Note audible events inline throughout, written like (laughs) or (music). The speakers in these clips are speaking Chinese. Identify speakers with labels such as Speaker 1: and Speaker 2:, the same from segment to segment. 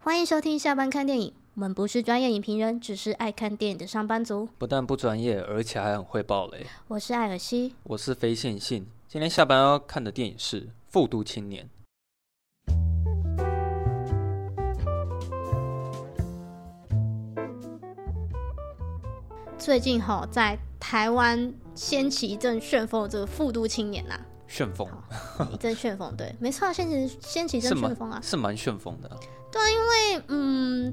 Speaker 1: 欢迎收听下班看电影。我们不是专业影评人，只是爱看电影的上班族。
Speaker 2: 不但不专业，而且还很会爆雷。
Speaker 1: 我是艾尔西，
Speaker 2: 我是非线性，今天下班要看的电影是《复读青年》。
Speaker 1: 最近哈，在台湾掀起一阵旋风，这个复读青年呐、
Speaker 2: 旋风
Speaker 1: 一阵旋风，对，没错，掀起掀起一
Speaker 2: 是
Speaker 1: 阵旋风啊
Speaker 2: 蛮。是蛮旋风的啊，
Speaker 1: 因为嗯，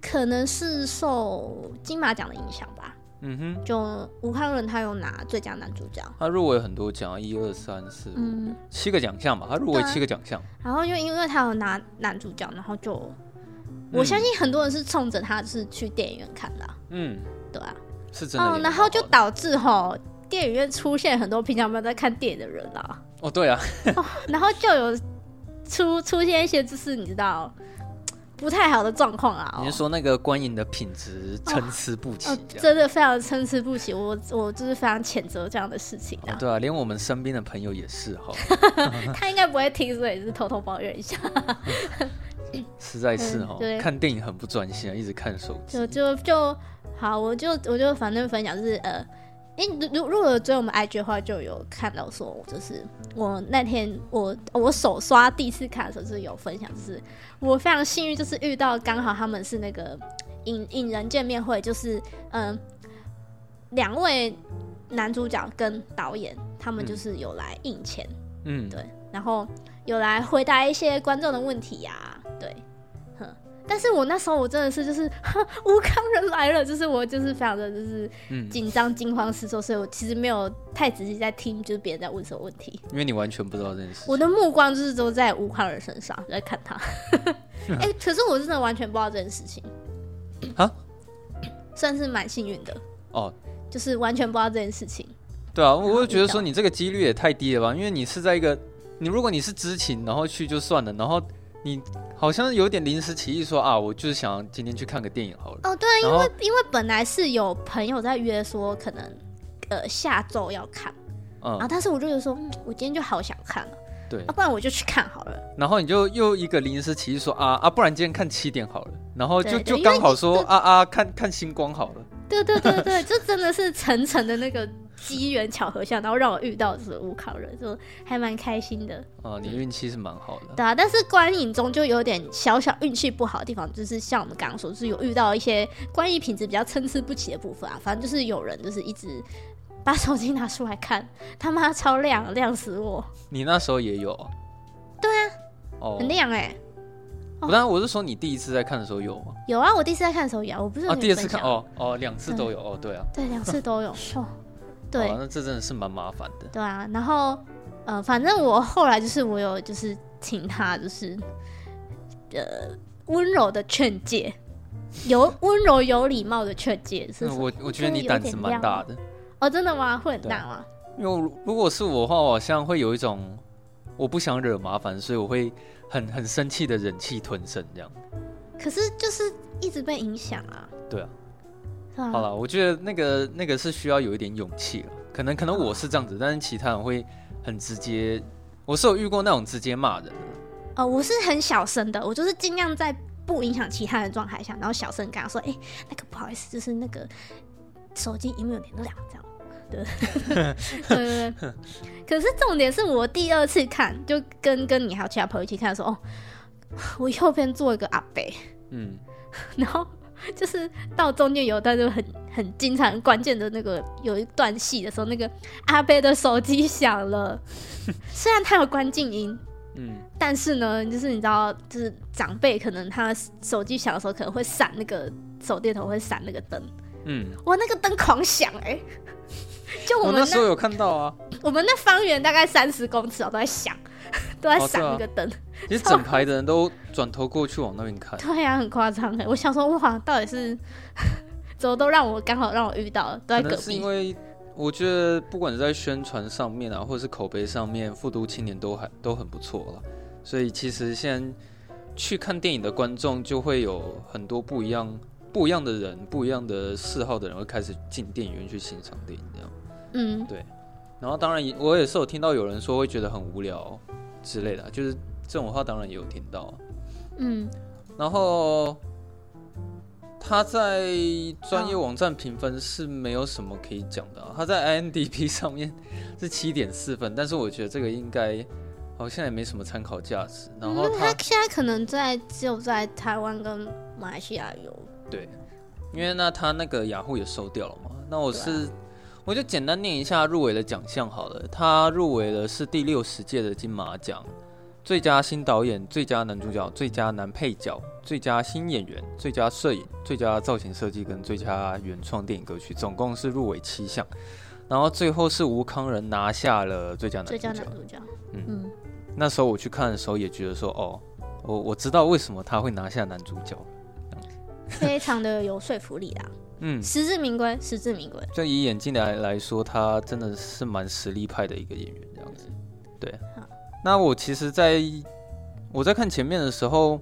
Speaker 1: 可能是受金马奖的影响吧。
Speaker 2: 嗯哼，
Speaker 1: 就吴康仁他有拿最佳男主角，
Speaker 2: 他入围很多奖，一二三四五
Speaker 1: 嗯，
Speaker 2: 七个奖项吧，他入围
Speaker 1: 对啊
Speaker 2: 七个奖项，
Speaker 1: 然后就因为他有拿男主角，然后就我相信很多人是冲着他是去电影院看的啊、
Speaker 2: 嗯，
Speaker 1: 对啊。
Speaker 2: 是真的演得蛮好的。
Speaker 1: 然后就导致吼电影院出现很多平常没有在看电影的人啦，
Speaker 2: 哦，对啊，
Speaker 1: 然后就有出出现一些就是你知道不太好的状况啊、
Speaker 2: 你是啊
Speaker 1: 哦。
Speaker 2: 说那个观影的品质参差不齐
Speaker 1: 哦，
Speaker 2: 这样？
Speaker 1: 真的非常参差不齐，我我就是非常谴责这样的事情
Speaker 2: 哦
Speaker 1: 啊。
Speaker 2: (laughs) 对啊，连我们身边的朋友也
Speaker 1: (laughs)
Speaker 2: 是哈，
Speaker 1: 他应该不会听，所以是偷偷抱怨一下，
Speaker 2: 实在是哈
Speaker 1: 嗯对，
Speaker 2: 看电影很不专心啊，一直看手
Speaker 1: 就
Speaker 2: 机。
Speaker 1: 就就好，我就我就反正分享就是呃，诶，如如如果有追我们 IG 的话，就有看到说，我就是我那天我我手刷第一次看的时候，就是有分享，就是我非常幸运，就是遇到刚好他们是那个影影人见面会，就是嗯、呃两位男主角跟导演他们就是有来应钱，
Speaker 2: 嗯，
Speaker 1: 对，然后有来回答一些观众的问题呀、对，哼。但是我那时候我真的是就是 (laughs) 哼吴康人来了，就是我就是非常的就是
Speaker 2: 嗯
Speaker 1: 紧张惊慌失措，所以我其实没有太仔细在听，就是别人在问什么问题，
Speaker 2: 因为你完全不知道这件事情
Speaker 1: 我。的目光就是都在吴康人身上，在看他。 (laughs) 哎、可是我真的完全不知道这件事情
Speaker 2: 啊，
Speaker 1: 算是蛮幸运的，
Speaker 2: 哦，
Speaker 1: 就是完全不知道这件事情。
Speaker 2: 对啊，
Speaker 1: 然
Speaker 2: 我
Speaker 1: 后
Speaker 2: 就觉
Speaker 1: 遇
Speaker 2: 得
Speaker 1: 到
Speaker 2: 说你这个几率也太低了吧，因为你是在一个，你如果你是知情然后去就算了，然后你好像有点临时起意说啊，我就是想今天去看个电影好了。
Speaker 1: 哦，对，
Speaker 2: 然后
Speaker 1: 因为本来是有朋友在约说可能呃下周要看。啊，
Speaker 2: 嗯，
Speaker 1: 但是我就觉得说，嗯，我今天就好想看了，
Speaker 2: 对
Speaker 1: 啊，，不然我就去看好了。
Speaker 2: 然后你就又一个临时起意说啊啊，不然今天看七点好了，然后就
Speaker 1: 对对
Speaker 2: 就
Speaker 1: 因为
Speaker 2: 刚好说
Speaker 1: 你
Speaker 2: 啊啊，看看星光好了。
Speaker 1: 对对对 (laughs) 对，就真的是层层的那个机缘巧合下，然后让我遇到这无考人，就还蛮开心的。
Speaker 2: 啊，你运气是蛮好的。
Speaker 1: 对啊，但是观影中就有点小小运气不好的地方，就是像我们刚刚说，就是有遇到一些观影品质比较参差不齐的部分啊。反正就是有人就是一直把手机拿出来看，他妈超亮，亮死我，
Speaker 2: 你那时候也有啊？对啊。哦
Speaker 1: 很，亮哎、
Speaker 2: 不但我是说你第一次在看的时候有吗？
Speaker 1: 有啊，我第一次在看的时候有啊，我不是有
Speaker 2: 啊，
Speaker 1: 跟你
Speaker 2: 第二次
Speaker 1: 分
Speaker 2: 看
Speaker 1: 享
Speaker 2: 哦哦，两次都有 (laughs) 哦，对啊。
Speaker 1: 对，两次都有哦，对
Speaker 2: 好啊，那这真的是蛮麻烦的。
Speaker 1: 对啊，然后呃，反正我后来就是我有就是请他就是呃温柔的劝诫，有温柔有礼貌的劝诫是什
Speaker 2: 嗯，
Speaker 1: 么？
Speaker 2: 我我觉得
Speaker 1: 真的
Speaker 2: 你
Speaker 1: 有
Speaker 2: 胆
Speaker 1: 点
Speaker 2: 子蛮
Speaker 1: 亮
Speaker 2: 大的。
Speaker 1: 哦，真的吗？会很
Speaker 2: 对啊
Speaker 1: 大吗？
Speaker 2: 因为如如果是我的话，我好像会有一种我不想惹麻烦，所以我会很很生气的忍气吞声这
Speaker 1: 啊
Speaker 2: 样。
Speaker 1: 可是就是一直被影响啊。
Speaker 2: 对啊，
Speaker 1: 是吧？
Speaker 2: 好了，我觉得那个那个是需要有一点勇气了。可能可能我是这样子，但是其他人会很直接。我是有遇过那种直接骂人的，
Speaker 1: 呃，我是很小声的，我就是尽量在不影响其他人的状态下，然后小声跟他说：“哎、那个不好意思，就是那个手机荧幕有点亮，这样。”对， (laughs) 对对对。可是重点是我第二次看，就跟跟你还有其他朋友一起看的时候，哦，我右边坐一个阿伯，
Speaker 2: 嗯，
Speaker 1: 然后 (laughs) 就是到中间有，但是很很经常很关键的那个有一段戏的时候，那个阿伯的手机响了， (laughs) 虽然他有关静音，
Speaker 2: 嗯，
Speaker 1: 但是呢，就是你知道，就是长辈可能他手机响的时候，可能会闪那个手电筒，会闪那个灯。
Speaker 2: 嗯，
Speaker 1: 哇，那个灯狂响哎、 (laughs) 就我
Speaker 2: 我
Speaker 1: 们
Speaker 2: 哦那
Speaker 1: 那
Speaker 2: 时候有看到啊，
Speaker 1: 我们那方圆大概三十公尺哦，都在响，都在
Speaker 2: 哦
Speaker 1: 闪
Speaker 2: 对啊啊
Speaker 1: 那个灯。
Speaker 2: 其
Speaker 1: (laughs)
Speaker 2: 实整排的人都转头过去往那边看，
Speaker 1: 对呀、很夸张哎！我想说，哇，到底是 (laughs) 怎么都让我刚好让我遇到了，都在
Speaker 2: 可
Speaker 1: 隔
Speaker 2: 能是因
Speaker 1: 壁。
Speaker 2: 为我觉得不管是在宣传上面啊，或者是口碑上面，复读青年都还都很不错了。所以其实现在去看电影的观众就会有很多不一样、不一样的人、不一样的嗜好的人会开始进电影院去欣赏电影这样。
Speaker 1: 嗯，
Speaker 2: 然后当然也我也是有听到有人说会觉得很无聊之类的啊，就是这种话当然也有听到啊。
Speaker 1: 嗯，
Speaker 2: 然后他在专业网站评分是没有什么可以讲的、啊，他在 IMDB (laughs) 上面是七点四分，但是我觉得这个应该好像也没什么参考价值。然后
Speaker 1: 嗯
Speaker 2: 他
Speaker 1: 他现在可能在只有在台湾跟马来西亚有，
Speaker 2: 对，因为那他那个雅虎也收掉了嘛。那我
Speaker 1: 对啊
Speaker 2: 是、我就简单念一下入围的奖项好了。他入围的是第六十届的金马奖，最佳新导演、最佳男主角、最佳男配角、最佳新演员、最佳摄影、最佳造型设计跟最佳原创电影歌曲，总共是入围七项。然后最后是吴康仁拿下了最佳男
Speaker 1: 最
Speaker 2: 主
Speaker 1: 佳
Speaker 2: 角
Speaker 1: 男。主角，
Speaker 2: 嗯
Speaker 1: 嗯，
Speaker 2: 那时候我去看的时候也觉得说，哦，我我知道为什么他会拿下男主角。
Speaker 1: 非常的有说服力啦，
Speaker 2: (laughs) 嗯，
Speaker 1: 实至名归，实至名归。
Speaker 2: 就以演技来来说，他真的是蛮实力派的一个演员，这样子。对
Speaker 1: 嗯好，
Speaker 2: 那我其实在我在看前面的时候，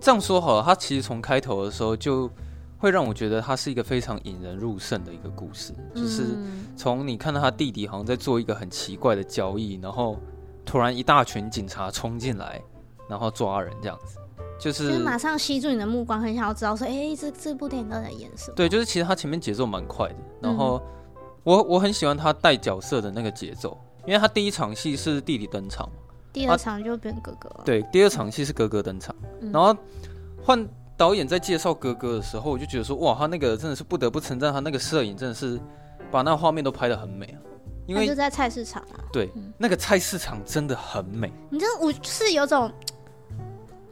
Speaker 2: 这样说好了，他其实从开头的时候就会让我觉得他是一个非常引人入胜的一个故事，就是
Speaker 1: 嗯
Speaker 2: 从你看到他弟弟好像在做一个很奇怪的交易，然后突然一大群警察冲进来，然后抓人这样子，就
Speaker 1: 就是是马上吸住你的目光，很想要知道说，哎、这这部电影到底在演什么？
Speaker 2: 对，就是其实他前面节奏蛮快的，
Speaker 1: 嗯
Speaker 2: 然后我我很喜欢他带角色的那个节奏，因为他第一场戏是弟弟登场嘛，
Speaker 1: 第二场就变哥哥了。
Speaker 2: 对，第二场戏是哥哥登场，
Speaker 1: 嗯
Speaker 2: 然后换导演在介绍哥哥的时候，我就觉得说哇，他那个真的是不得不称赞他那个摄影真的是把那画面都拍得很美啊，因
Speaker 1: 他就
Speaker 2: 为
Speaker 1: 在菜市场啊，
Speaker 2: 对那个菜市场真的很美，
Speaker 1: 你知道我是有种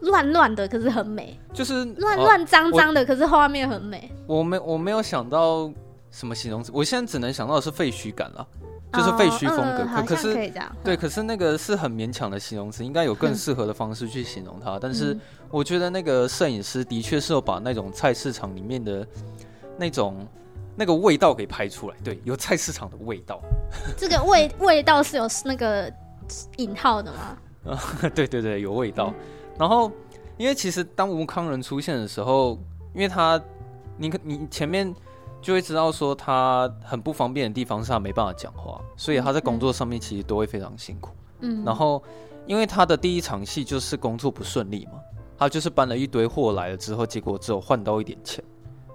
Speaker 1: 乱乱的，可是很美；
Speaker 2: 就是
Speaker 1: 乱
Speaker 2: 哦
Speaker 1: 乱脏脏的，可是画面很美。
Speaker 2: 我没我没有想到什么形容词，我现在只能想到的是废墟感了，就是废墟风格，
Speaker 1: 哦嗯
Speaker 2: 可
Speaker 1: 好
Speaker 2: 可
Speaker 1: 像
Speaker 2: 是
Speaker 1: 可以这样，
Speaker 2: 对，可是那个是很勉强的形容词，应该有更
Speaker 1: 哼
Speaker 2: 适合的方式去形容它。但是
Speaker 1: 嗯
Speaker 2: 我觉得那个摄影师的确是有把那种菜市场里面的那种那个味道给拍出来，对，有菜市场的味道。
Speaker 1: 这个味味道是有那个引号的吗？
Speaker 2: 对对对，有味
Speaker 1: 嗯
Speaker 2: 道。然后，因为其实当吴康仁出现的时候，因为他，你可你前面就会知道说他很不方便的地方是他没办法讲话，所以他在工作上面其实都会非常辛苦。
Speaker 1: 嗯，
Speaker 2: 然后，因为他的第一场戏就是工作不顺利嘛，他就是搬了一堆货来了之后，结果只有换到一点钱。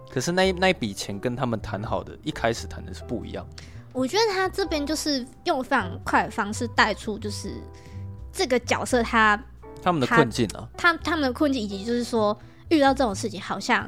Speaker 2: 可是那一那一笔钱跟他们谈好的，一开始谈的是不一样。
Speaker 1: 我觉得他这边就是用非常快的方式带出，就是这个角色他
Speaker 2: 他们的
Speaker 1: 他
Speaker 2: 困境啊，
Speaker 1: 他他们的困境，以及就是说遇到这种事情，好像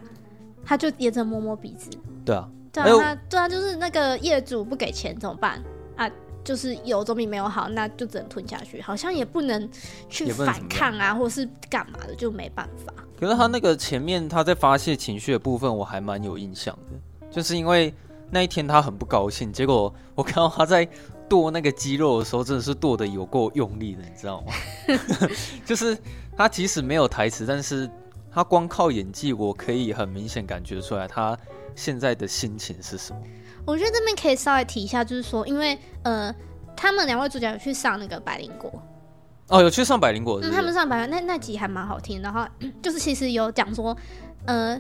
Speaker 1: 他就也只能摸摸鼻子。
Speaker 2: 对啊，
Speaker 1: 对
Speaker 2: 哎
Speaker 1: 啊，
Speaker 2: 呦
Speaker 1: 那对啊，就是那个业主不给钱怎么办啊？就是有总比没有好，那就只能吞下去，好像也不能去
Speaker 2: 也不能怎
Speaker 1: 反
Speaker 2: 么样
Speaker 1: 抗啊，或是干嘛的，就没办法。
Speaker 2: 可是他那个前面他在发泄情绪的部分，我还蛮有印象的，就是因为那一天他很不高兴，结果我看到他在剁那个鸡肉的时候，真的是剁的有够用力的，你知道吗？ (laughs) 就是他即使没有台词，但是他光靠演技，我可以很明显感觉出来他现在的心情是什么。
Speaker 1: 我觉得这边可以稍微提一下，就是说，因为呃，他们两位主角有去上那个百灵果，
Speaker 2: 哦，有去上百灵果是
Speaker 1: 嗯，
Speaker 2: 不
Speaker 1: 他们
Speaker 2: 是？
Speaker 1: 上百那那集还蛮好听，然后 (clears throat) 就是其实有讲说，呃，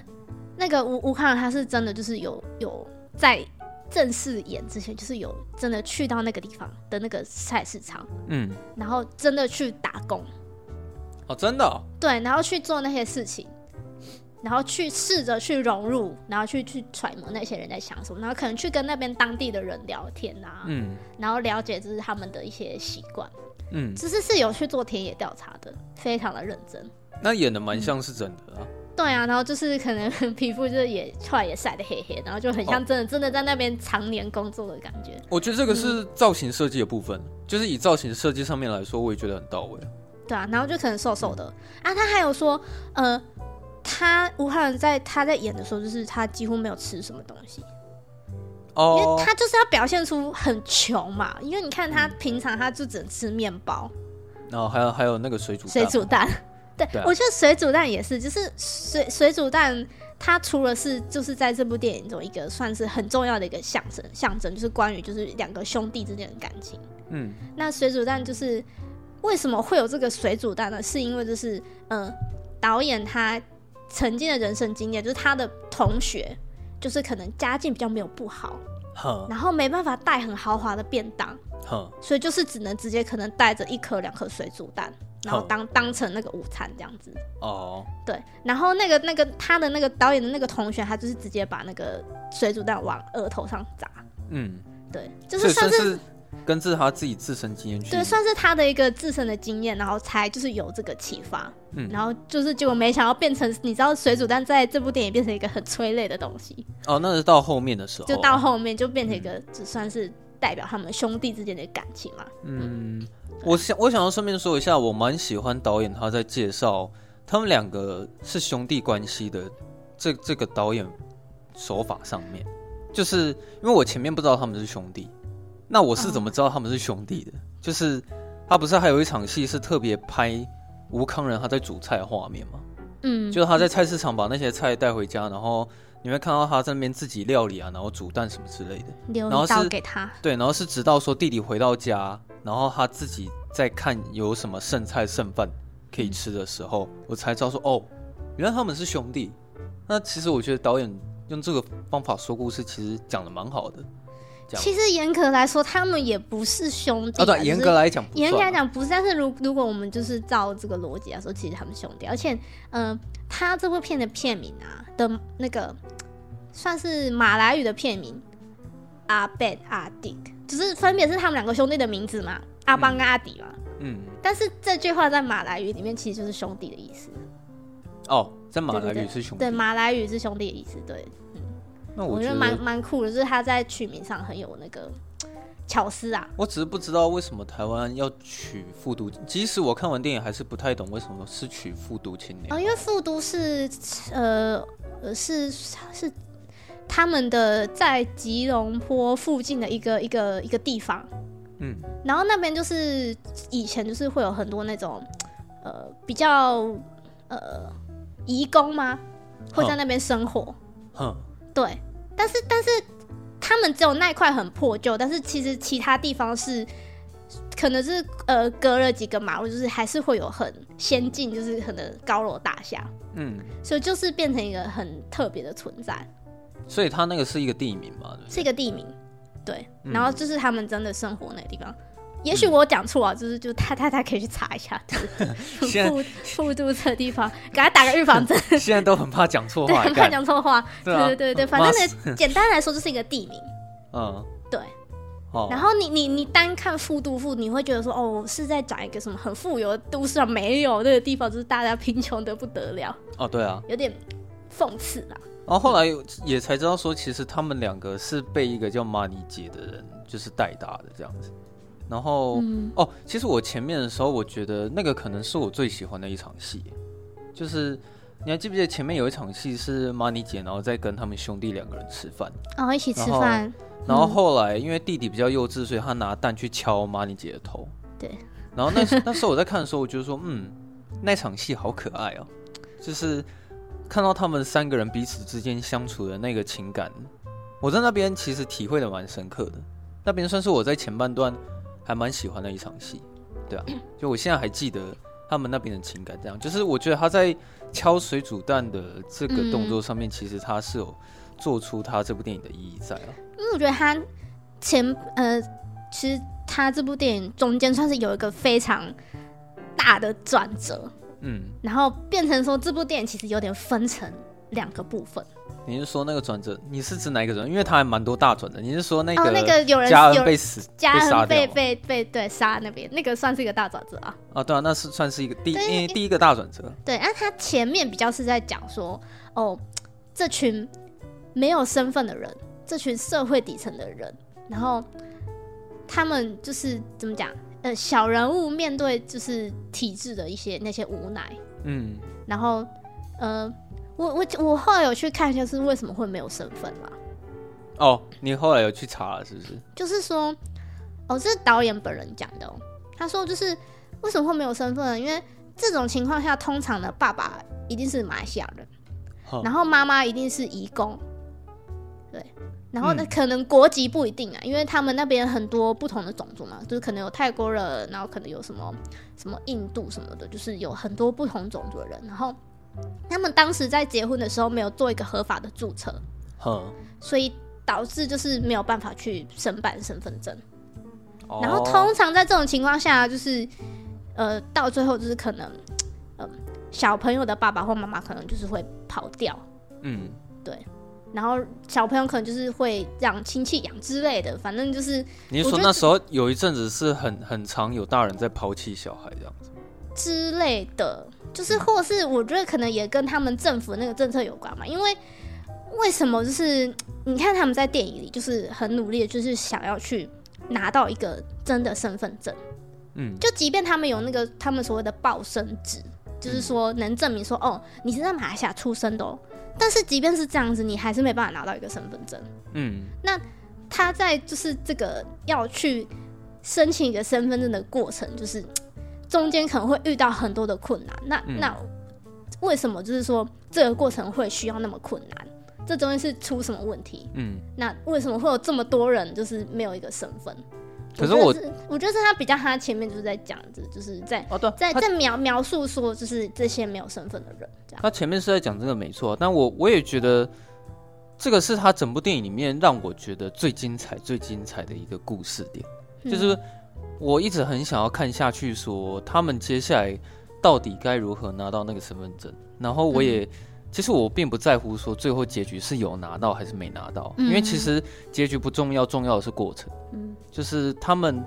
Speaker 1: 那个吴吴康仁他是真的就是有有在正式演之前，就是有真的去到那个地方的那个菜市场，
Speaker 2: 嗯，
Speaker 1: 然后真的去打工，
Speaker 2: 哦，真的哦、
Speaker 1: 对，然后去做那些事情，然后去试着去融入，然后去去揣摩那些人在想什么，然后可能去跟那边当地的人聊天啊，
Speaker 2: 嗯
Speaker 1: 然后了解就是他们的一些习惯，
Speaker 2: 嗯，
Speaker 1: 其实是有去做田野调查的，非常的认真。
Speaker 2: 那演的蛮像是真的啊。
Speaker 1: 对啊，然后就是可能 (laughs) 皮肤就是也后来也晒得黑黑，然后就很像真的、真的在那边常年工作的感觉。
Speaker 2: 我觉得这个是
Speaker 1: 嗯
Speaker 2: 造型设计的部分，就是以造型设计上面来说，我也觉得很到位。
Speaker 1: 对啊，然后就可能瘦瘦的啊。他还有说，呃，他吴汉人在他在演的时候，就是他几乎没有吃什么东西，因
Speaker 2: 哦
Speaker 1: 为，他就是要表现出很穷嘛。因为你看他平常他就只能吃面包、
Speaker 2: 然后还有还有那个水煮蛋，
Speaker 1: 水煮蛋。对，
Speaker 2: 对啊
Speaker 1: 我觉得水煮蛋也是，就是水水煮蛋，它除了是就是在这部电影中一个算是很重要的一个象征，象征就是关于就是两个兄弟之间的感情。
Speaker 2: 嗯，
Speaker 1: 那水煮蛋就是为什么会有这个水煮蛋呢？是因为就是嗯、呃导演他曾经的人生经验，就是他的同学就是可能家境比较没有不好，
Speaker 2: 哼
Speaker 1: 然后没办法带很豪华的便当，
Speaker 2: 哼，
Speaker 1: 所以就是只能直接可能带着一颗两颗水煮蛋，然后当当成那个午餐这样子。
Speaker 2: 哦，
Speaker 1: 对，然后那个那个他的那个导演的那个同学，他就是直接把那个水煮蛋往额头上砸，
Speaker 2: 嗯，
Speaker 1: 对，就
Speaker 2: 这
Speaker 1: 是算
Speaker 2: 算
Speaker 1: 是
Speaker 2: 是根据他自己自身经验去，
Speaker 1: 对，算是他的一个自身的经验，然后才就是有这个启发，
Speaker 2: 嗯
Speaker 1: 然后就是结果没想到变成，你知道水煮蛋在这部电影变成一个很催泪的东西，
Speaker 2: 哦，那是到后面的时候啊，
Speaker 1: 就到后面就变成一个只算是代表他们兄弟之间的感情嘛，
Speaker 2: 嗯，我想我想要顺便说一下，我蛮喜欢导演他在介绍他们两个是兄弟关系的这这个导演手法上面，就是因为我前面不知道他们是兄弟，那我是怎
Speaker 1: 嗯
Speaker 2: 么知道他们是兄弟的？就是他不是还有一场戏是特别拍吴康仁他在煮菜的画面吗？
Speaker 1: 嗯，
Speaker 2: 就是他在菜市场把那些菜带回家，然后你会看到他在那边自己料理啊，然后煮蛋什么之类的。
Speaker 1: 留
Speaker 2: 然后
Speaker 1: 一道
Speaker 2: 是
Speaker 1: 给他，
Speaker 2: 对，然后是直到说弟弟回到家，然后他自己在看有什么剩菜剩饭可
Speaker 1: 嗯
Speaker 2: 以吃的时候，我才知道说哦，原来他们是兄弟。那其实我觉得导演用这个方法说故事，其实讲的蛮好的。这样
Speaker 1: 其实严格来说，他们也不是兄弟、
Speaker 2: 啊，
Speaker 1: 啊，
Speaker 2: 对，
Speaker 1: 就是
Speaker 2: 严格来讲不
Speaker 1: 严格来
Speaker 2: 算啊。
Speaker 1: 讲不是，但是如如果我们就是照这个逻辑来说，其实他们兄弟，而且，嗯、他这部片的片名啊的那个算是马来语的片名，阿 Ben 阿 Dick，只是分别是他们两个兄弟的名字嘛，阿邦跟阿迪嘛。
Speaker 2: 嗯，
Speaker 1: 但是这句话在马来语里面其实就是兄弟的意思，
Speaker 2: 哦，在马来
Speaker 1: 对对
Speaker 2: 语是兄弟。
Speaker 1: 对，马来语是兄弟的意思，对，
Speaker 2: 那
Speaker 1: 我
Speaker 2: 我
Speaker 1: 觉
Speaker 2: 觉
Speaker 1: 得蛮
Speaker 2: 得，
Speaker 1: 蛮酷的，就是他在取名上很有那个巧思啊，
Speaker 2: 我只是不知道为什么台湾要取复读，即使我看完电影还是不太懂为什么是取复读青年。
Speaker 1: 哦，因为复读是呃呃是是他们的在吉隆坡附近的一个一个一个地方，
Speaker 2: 嗯，
Speaker 1: 然后那边就是以前就是会有很多那种呃比较呃移工吗？会在那边生活，
Speaker 2: 哼，
Speaker 1: 对，但是但是他们只有那一块很破旧，但是其实其他地方是。可能是呃隔了几个马路，就是还是会有很先进，就是可能高楼大厦，
Speaker 2: 嗯，
Speaker 1: 所以就是变成一个很特别的存在，
Speaker 2: 所以他那个是一个地名嘛，对不对
Speaker 1: 是一个地名，对。
Speaker 2: 嗯
Speaker 1: 然后就是他们真的生活那个地方，也许我有讲错啊，就是就他他他可以去查一下， (laughs) 就是
Speaker 2: (laughs) 现
Speaker 1: 复复读这个地方，给他打个预防
Speaker 2: (laughs)
Speaker 1: 针， (laughs)
Speaker 2: 现在都很怕讲错
Speaker 1: 对， (laughs)
Speaker 2: 话，
Speaker 1: 很怕
Speaker 2: 干
Speaker 1: 讲错话，对
Speaker 2: 对啊
Speaker 1: 对对对，
Speaker 2: 妈
Speaker 1: 反正呢，简单来说就是一个地名，
Speaker 2: 嗯，
Speaker 1: 对。
Speaker 2: (laughs) 哦，
Speaker 1: 然后你你你单看复读复，你会觉得说哦，我是在讲一个什么很富有的都市啊？没有，那个地方就是大家贫穷的不得了，
Speaker 2: 哦，对啊，
Speaker 1: 有点讽刺啦。
Speaker 2: 然后后来也才知道说，其实他们两个是被一个叫马尼姐的人就是带大的这样子。然后、
Speaker 1: 嗯
Speaker 2: 哦，其实我前面的时候，我觉得那个可能是我最喜欢的一场戏，就是你还记不记得前面有一场戏是马尼姐，然后再跟他们兄弟两个人吃饭，
Speaker 1: 然后一起吃
Speaker 2: 然后
Speaker 1: 饭，
Speaker 2: 然后后来因为弟弟比较幼稚，所以他拿蛋去敲马尼姐的头。
Speaker 1: 对。
Speaker 2: 然后那那时候我在看的时候，我就说，嗯，那场戏好可爱哦，就是看到他们三个人彼此之间相处的那个情感，我在那边其实体会的蛮深刻的。那边算是我在前半段还蛮喜欢的一场戏，对啊，就我现在还记得他们那边的情感，这样就是我觉得他在敲水煮蛋的这个动作上面，其实他是有做出他这部电影的意义在啊。
Speaker 1: 因为我觉得他前呃，其实他这部电影中间算是有一个非常大的转折，
Speaker 2: 嗯，
Speaker 1: 然后变成说这部电影其实有点分成两个部分。
Speaker 2: 你是说那个转折？你是指哪一个转折？因为他还蛮多大转折。你是说那
Speaker 1: 哦，
Speaker 2: 个
Speaker 1: 那个有人
Speaker 2: 加
Speaker 1: 有
Speaker 2: 恩
Speaker 1: 人
Speaker 2: 被死
Speaker 1: 加
Speaker 2: 杀
Speaker 1: 恩
Speaker 2: 掉
Speaker 1: 被
Speaker 2: 吗
Speaker 1: 被被对杀那边，那个算是一个大转折啊。
Speaker 2: 啊？对啊，那是算是一个第
Speaker 1: 对因为
Speaker 2: 一第一个大转折。
Speaker 1: 对，但他前面比较是在讲说，哦，这群没有身份的人，这群社会底层的人，然后他们就是怎么讲，呃，小人物面对就是体制的一些那些无奈，
Speaker 2: 嗯，
Speaker 1: 然后，呃，我我我后来有去看一下是为什么会没有身份啦，
Speaker 2: 哦，你后来有去查了是不是？
Speaker 1: 就是说，哦，这是导演本人讲的、哦，他说就是为什么会没有身份呢？因为这种情况下，通常的爸爸一定是马来西亚人，
Speaker 2: 哼
Speaker 1: 然后妈妈一定是移工，对，然后呢，
Speaker 2: 嗯
Speaker 1: 可能国籍不一定啊，因为他们那边很多不同的种族嘛，就是可能有泰国人，然后可能有什么什么印度什么的，就是有很多不同种族的人，然后他们当时在结婚的时候没有做一个合法的注册，
Speaker 2: 哼，
Speaker 1: 所以导致就是没有办法去申办身份证。
Speaker 2: 哦
Speaker 1: 然后通常在这种情况下，就是呃，到最后就是可能，呃，小朋友的爸爸或妈妈可能就是会跑掉，
Speaker 2: 嗯，
Speaker 1: 然后小朋友可能就是会让亲戚养之类的，反正就是
Speaker 2: 你是
Speaker 1: 我
Speaker 2: 说
Speaker 1: 觉
Speaker 2: 那
Speaker 1: 得
Speaker 2: 时候有一阵子是很很常有大人在抛弃小孩这样子？
Speaker 1: 之类的，就是或是我觉得可能也跟他们政府那个政策有关嘛，因为为什么就是你看他们在电影里就是很努力的，就是想要去拿到一个真的身份证，
Speaker 2: 嗯，
Speaker 1: 就即便他们有那个他们所谓的报生纸，就是说能证明说哦你是在马来西亚出生的哦，但是即便是这样子，你还是没办法拿到一个身份证。
Speaker 2: 嗯，
Speaker 1: 他在就是这个要去申请一个身份证的过程，就是中间可能会遇到很多的困难。那、
Speaker 2: 嗯
Speaker 1: 那为什么就是说这个过程会需要那么困难？这中间是出什么问题？
Speaker 2: 嗯，
Speaker 1: 那为什么会有这么多人就是没有一个身份？
Speaker 2: 可是
Speaker 1: 我
Speaker 2: 我
Speaker 1: 觉得是，我觉得是他比较他前面就是在讲的，就是在
Speaker 2: 哦对，
Speaker 1: 在
Speaker 2: 他
Speaker 1: 在描描述说就是这些没有身份的人这样。
Speaker 2: 他前面是在讲这个没错，但我我也觉得这个是他整部电影里面让我觉得最精彩、最精彩的一个故事点。
Speaker 1: 嗯
Speaker 2: 就是我一直很想要看下去，说他们接下来到底该如何拿到那个身份证。然后我
Speaker 1: 嗯
Speaker 2: 也，其实我并不在乎说最后结局是有拿到还是没拿到，因为
Speaker 1: 嗯
Speaker 2: 其实结局不重要，重要的是过程。
Speaker 1: 嗯
Speaker 2: 就是他们，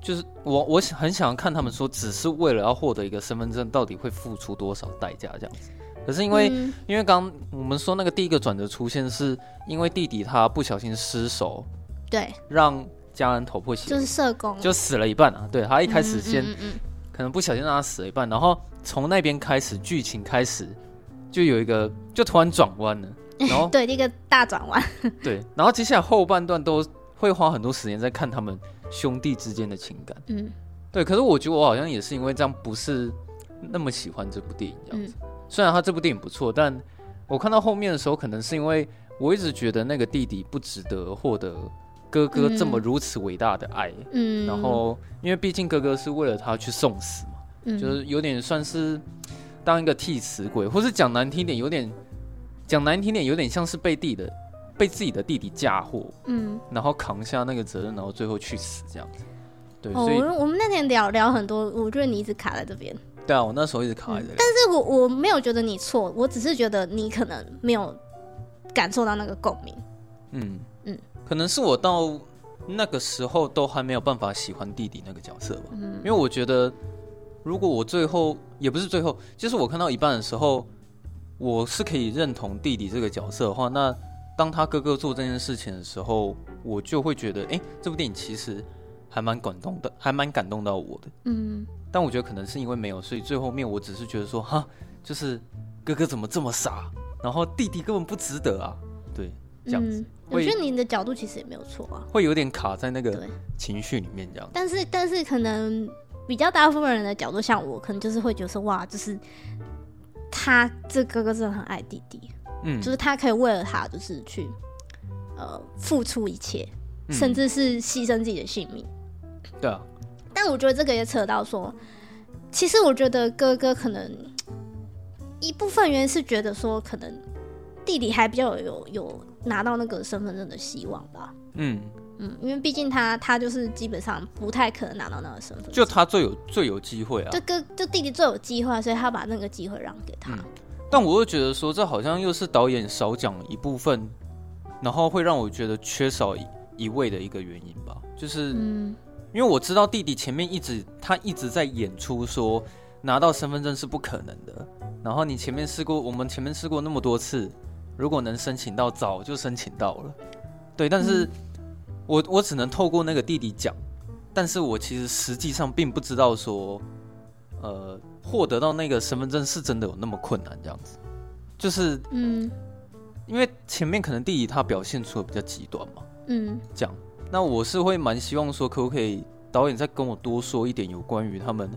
Speaker 2: 就是我，我想很想看他们说，只是为了要获得一个身份证，到底会付出多少代价这样子。可是因为、
Speaker 1: 嗯
Speaker 2: 因为刚我们说那个第一个转折出现，是因为弟弟他不小心失手，
Speaker 1: 对，
Speaker 2: 让家人头破血
Speaker 1: 就
Speaker 2: 流。
Speaker 1: 是社工，
Speaker 2: 就死了一半啊！对他一开始先、
Speaker 1: 嗯嗯嗯嗯
Speaker 2: 可能不小心让他死了一半，然后从那边开始剧情开始就有一个就突然转
Speaker 1: (laughs)
Speaker 2: 弯了，然后
Speaker 1: 嗯对，一个大转弯。
Speaker 2: 对，然后接下来后半段都会花很多时间在看他们兄弟之间的情感。
Speaker 1: 嗯，
Speaker 2: 对，可是我觉得我好像也是因为这样不是那么喜欢这部电影这样子。
Speaker 1: 嗯
Speaker 2: 虽然他这部电影不错，但我看到后面的时候，可能是因为我一直觉得那个弟弟不值得获得哥哥这么
Speaker 1: 嗯
Speaker 2: 如此伟大的爱。
Speaker 1: 嗯，
Speaker 2: 然后，因为毕竟哥哥是为了他去送死嘛，
Speaker 1: 嗯
Speaker 2: 就是有点算是当一个替死鬼，或是讲难听点，有点讲难听点，有点像是被弟的被自己的弟弟嫁祸，
Speaker 1: 嗯，
Speaker 2: 然后扛下那个责任，然后最后去死这样子。对，
Speaker 1: 哦，
Speaker 2: 所以
Speaker 1: 我们我们那天聊聊很多，我觉得你一直卡在这边，
Speaker 2: 对啊，我那时候一直卡在这里。
Speaker 1: 但是我我没有觉得你错，我只是觉得你可能没有感受到那个共鸣。
Speaker 2: 嗯嗯
Speaker 1: 嗯，
Speaker 2: 可能是我到那个时候都还没有办法喜欢弟弟那个角色吧，
Speaker 1: 嗯
Speaker 2: 因为我觉得如果我最后也不是最后，就是我看到一半的时候，我是可以认同弟弟这个角色的话，那当他哥哥做这件事情的时候，我就会觉得，哎、这部电影其实还蛮感动的，还蛮感动到我的。
Speaker 1: 嗯，
Speaker 2: 但我觉得可能是因为没有，所以最后面我只是觉得说，哈，就是哥哥怎么这么傻，然后弟弟根本不值得啊，对，这样子。
Speaker 1: 嗯，我
Speaker 2: 会
Speaker 1: 觉得你的角度其实也没有错啊，
Speaker 2: 会有点卡在那个
Speaker 1: 对。
Speaker 2: 情绪里面这样。
Speaker 1: 但是但是可能比较大部分人的角度，像我，可能就是会觉得说，哇，就是他这哥哥真的很爱弟弟，
Speaker 2: 嗯
Speaker 1: 就是他可以为了他，就是去呃付出一切，甚至是牺牲自己的性命。
Speaker 2: 嗯对啊，
Speaker 1: 但我觉得这个也扯到说，其实我觉得哥哥可能一部分原因是觉得说，可能弟弟还比较有有有拿到那个身份证的希望吧。
Speaker 2: 嗯，
Speaker 1: 嗯，因为毕竟他他就是基本上不太可能拿到那个身份证，
Speaker 2: 就他最有最有机会啊
Speaker 1: 就。哥就弟弟最有机会，所以他把那个机会让给他。
Speaker 2: 但我又觉得说，这好像又是导演少讲一部分，然后会让我觉得缺少一一位的一个原因吧。就是
Speaker 1: 嗯
Speaker 2: 因为我知道弟弟前面一直他一直在演出说拿到身份证是不可能的，然后你前面试过，我们前面试过那么多次，如果能申请到，早就申请到了。对，但是我我只能透过那个弟弟讲，但是我其实实际上并不知道说，呃，获得到那个身份证是真的有那么困难这样子，就是
Speaker 1: 嗯
Speaker 2: 因为前面可能弟弟他表现出的比较极端嘛，
Speaker 1: 嗯
Speaker 2: 这样。那我是会蛮希望说，可不可以导演再跟我多说一点有关于他们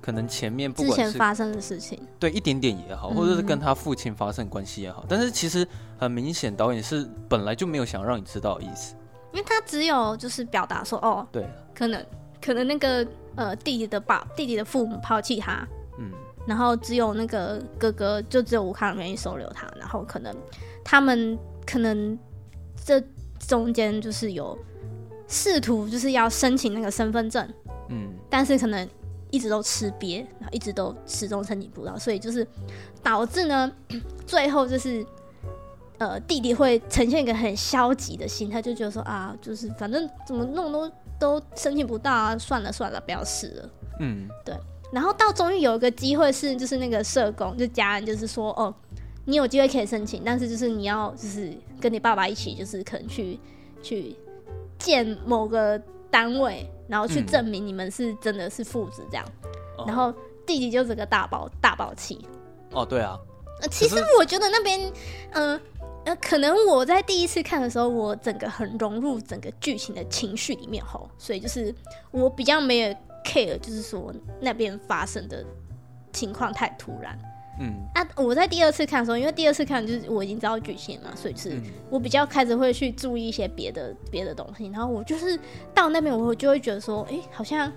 Speaker 2: 可能前面不
Speaker 1: 之
Speaker 2: 管
Speaker 1: 前
Speaker 2: 是
Speaker 1: 发嗯生的事情。
Speaker 2: 对一点点也好，或者是跟他父亲发生关系也好，但是其实很明显，导演是本来就没有想让你知道的意思。
Speaker 1: 因为他只有就是表达说，哦，
Speaker 2: 对，啊
Speaker 1: 可能可能那个呃弟弟的爸弟弟的父母抛弃他，
Speaker 2: 嗯
Speaker 1: 然后只有那个哥哥，就只有吴康愿意收留他，然后可能他们可能这中间就是有试图就是要申请那个身份证，
Speaker 2: 嗯
Speaker 1: 但是可能一直都吃瘪，然后一直都始终身体不到，所以就是导致呢， (clears throat) 最后就是呃弟弟会呈现一个很消极的心态，就觉得说啊，就是反正怎么弄都都申请不到啊，算了算了，不要试了。
Speaker 2: 嗯，
Speaker 1: 然后到终于有一个机会是，就是那个社工就家人就是说，哦，你有机会可以申请，但是就是你要就是跟你爸爸一起，就是可能去去见某个单位，然后去
Speaker 2: 嗯
Speaker 1: 证明你们是真的是父子这样。
Speaker 2: 哦
Speaker 1: 然后弟弟就整个大爆大爆气。
Speaker 2: 哦，对啊，
Speaker 1: 呃，其实
Speaker 2: 可是
Speaker 1: 我觉得那边，嗯、呃。可能我在第一次看的时候，我整个很融入整个剧情的情绪里面吼，所以就是我比较没有 care，就是说那边发生的情况太突然。
Speaker 2: 嗯
Speaker 1: 啊，我在第二次看的时候，因为第二次看就是我已经知道剧情了，所以就是
Speaker 2: 嗯
Speaker 1: 我比较开始会去注意一些别的别的东西。然后我就是到那边，我就会觉得说，诶，好像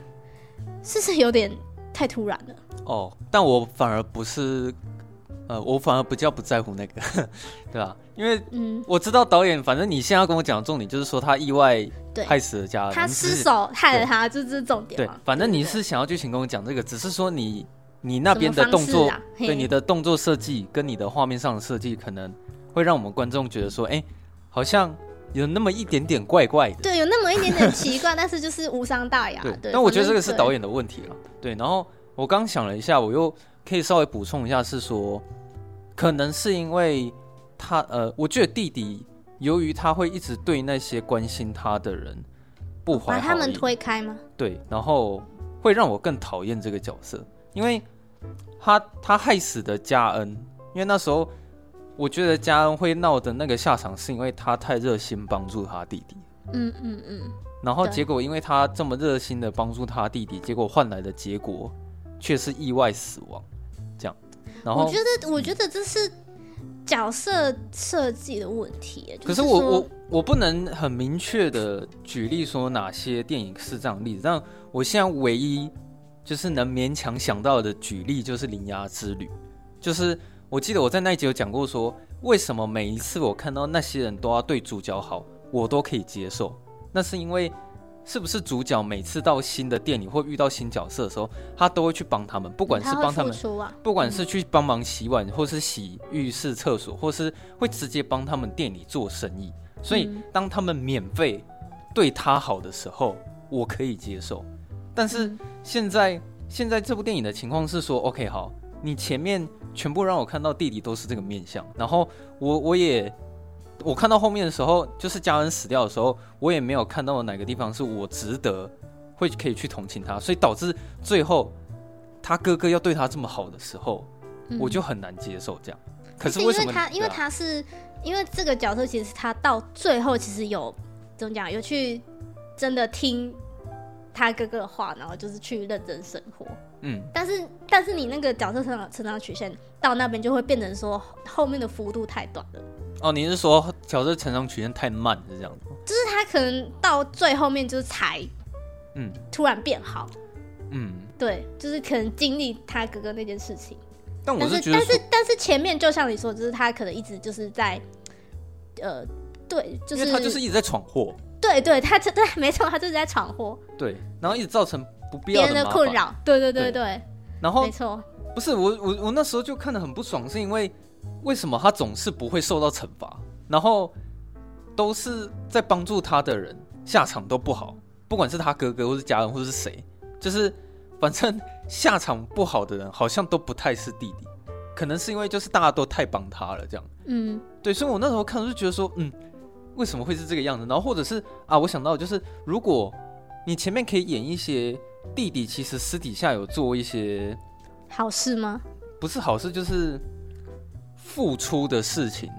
Speaker 1: 是不是有点太突然了？
Speaker 2: 哦，但我反而不是，呃，我反而比较不在乎那个， (laughs) 对吧、因为
Speaker 1: 嗯，
Speaker 2: 我知道导演，反正你现在要跟我讲的重点就是说他意外
Speaker 1: 对
Speaker 2: 害死了家人，
Speaker 1: 他
Speaker 2: 你只
Speaker 1: 失
Speaker 2: 是
Speaker 1: 手害了他，这这是重点
Speaker 2: 对
Speaker 1: 嘛？，
Speaker 2: 反正
Speaker 1: 对
Speaker 2: 你
Speaker 1: 对
Speaker 2: 是想要剧情跟我讲这个，只是说你你那
Speaker 1: 什么
Speaker 2: 边的
Speaker 1: 方
Speaker 2: 动
Speaker 1: 式
Speaker 2: 作，
Speaker 1: 啊嘿
Speaker 2: 对你的动作设计跟你的画面上的设计，可能会让我们观众觉得说，哎、好像有那么一点点怪怪的。
Speaker 1: 对有那么一点点奇怪，但是就是无伤大雅。对，
Speaker 2: 但我觉得这
Speaker 1: 反正
Speaker 2: 个是
Speaker 1: 对
Speaker 2: 导演的问题了。对，然后我刚想了一下，我又可以稍微补充一下，是说，可能是因为他，呃，我觉得弟弟由于他会一直对那些关心他的人不怀
Speaker 1: 把
Speaker 2: 好
Speaker 1: 他们
Speaker 2: 意
Speaker 1: 推开吗？
Speaker 2: 对，然后会让我更讨厌这个角色，因为他他害死的嘉恩，因为那时候我觉得嘉恩会闹的那个下场，是因为他太热心帮助他弟弟，
Speaker 1: 嗯嗯嗯，
Speaker 2: 然后
Speaker 1: 对
Speaker 2: 结果因为他这么热心的帮助他弟弟，结果换来的结果却是意外死亡，这样，然
Speaker 1: 我
Speaker 2: 后
Speaker 1: 觉得我觉得这是角色设计的问题。就
Speaker 2: 可是
Speaker 1: 说
Speaker 2: 我我我不能很明确的举例说哪些电影是这样的例子，但我现在唯一就是能勉强想到的举例就是《铃芽之旅》，就是我记得我在那一集有讲过说，为什么每一次我看到那些人都要对主角好，我都可以接受，那是因为是不是主角每次到新的店里或遇到新角色的时候，他都会去帮他们，不管是
Speaker 1: 他会
Speaker 2: 帮他
Speaker 1: 付
Speaker 2: 们
Speaker 1: 出啊，
Speaker 2: 不管是去帮忙洗碗，或是洗浴室、厕所，或是会直接帮他们店里做生意。所以
Speaker 1: 嗯，
Speaker 2: 当他们免费对他好的时候，我可以接受。但是
Speaker 1: 嗯
Speaker 2: 现在，现在这部电影的情况是说，OK，好，你前面全部让我看到弟弟都是这个面相，然后我我也我看到后面的时候，就是家人死掉的时候，我也没有看到哪个地方是我值得会可以去同情他，所以导致最后他哥哥要对他这么好的时候，
Speaker 1: 嗯
Speaker 2: 我就很难接受这样。可
Speaker 1: 而
Speaker 2: 是
Speaker 1: 且因
Speaker 2: 为什
Speaker 1: 为
Speaker 2: 么
Speaker 1: 他因为
Speaker 2: 对啊
Speaker 1: 他是因为这个角色，其实他到最后其实有怎么讲，有去真的听他哥哥的话，然后就是去认真生活。
Speaker 2: 嗯
Speaker 1: 但是但是你那个角色成长成长曲线到那边就会变成说后面的幅度太短了，
Speaker 2: 哦，你是说角色成长曲线太慢是这样子吗？
Speaker 1: 就是他可能到最后面就是才
Speaker 2: 嗯
Speaker 1: 突然变好，
Speaker 2: 嗯，
Speaker 1: 对，就是可能经历他哥哥那件事情。
Speaker 2: 但我
Speaker 1: 但
Speaker 2: 是
Speaker 1: 是
Speaker 2: 觉得
Speaker 1: 但
Speaker 2: 说
Speaker 1: 是但是前面就像你说，就是他可能一直就是在，呃，对，就
Speaker 2: 因
Speaker 1: 是
Speaker 2: 为他就是一直在闯祸，
Speaker 1: 对对，他就对，没错，他就是在闯祸
Speaker 2: 对，然后一直造成不必
Speaker 1: 别
Speaker 2: 要
Speaker 1: 人
Speaker 2: 麻
Speaker 1: 困
Speaker 2: 烦。
Speaker 1: 扰，对对对
Speaker 2: 对
Speaker 1: 对，
Speaker 2: 然后
Speaker 1: 没错，
Speaker 2: 不是我我我那时候就看得很不爽，是因为为什么他总是不会受到惩罚，然后都是在帮助他的人下场都不好，不管是他哥哥或是家人或是谁，就是反正下场不好的人好像都不太是弟弟，可能是因为就是大家都太帮他了这样。
Speaker 1: 嗯，
Speaker 2: 对，所以我那时候看就觉得说，嗯，为什么会是这个样子？然后或者是啊，我想到就是，如果你前面可以演一些弟弟其实私底下有做一些
Speaker 1: 好事吗？
Speaker 2: 不是好事，就是付出的事情，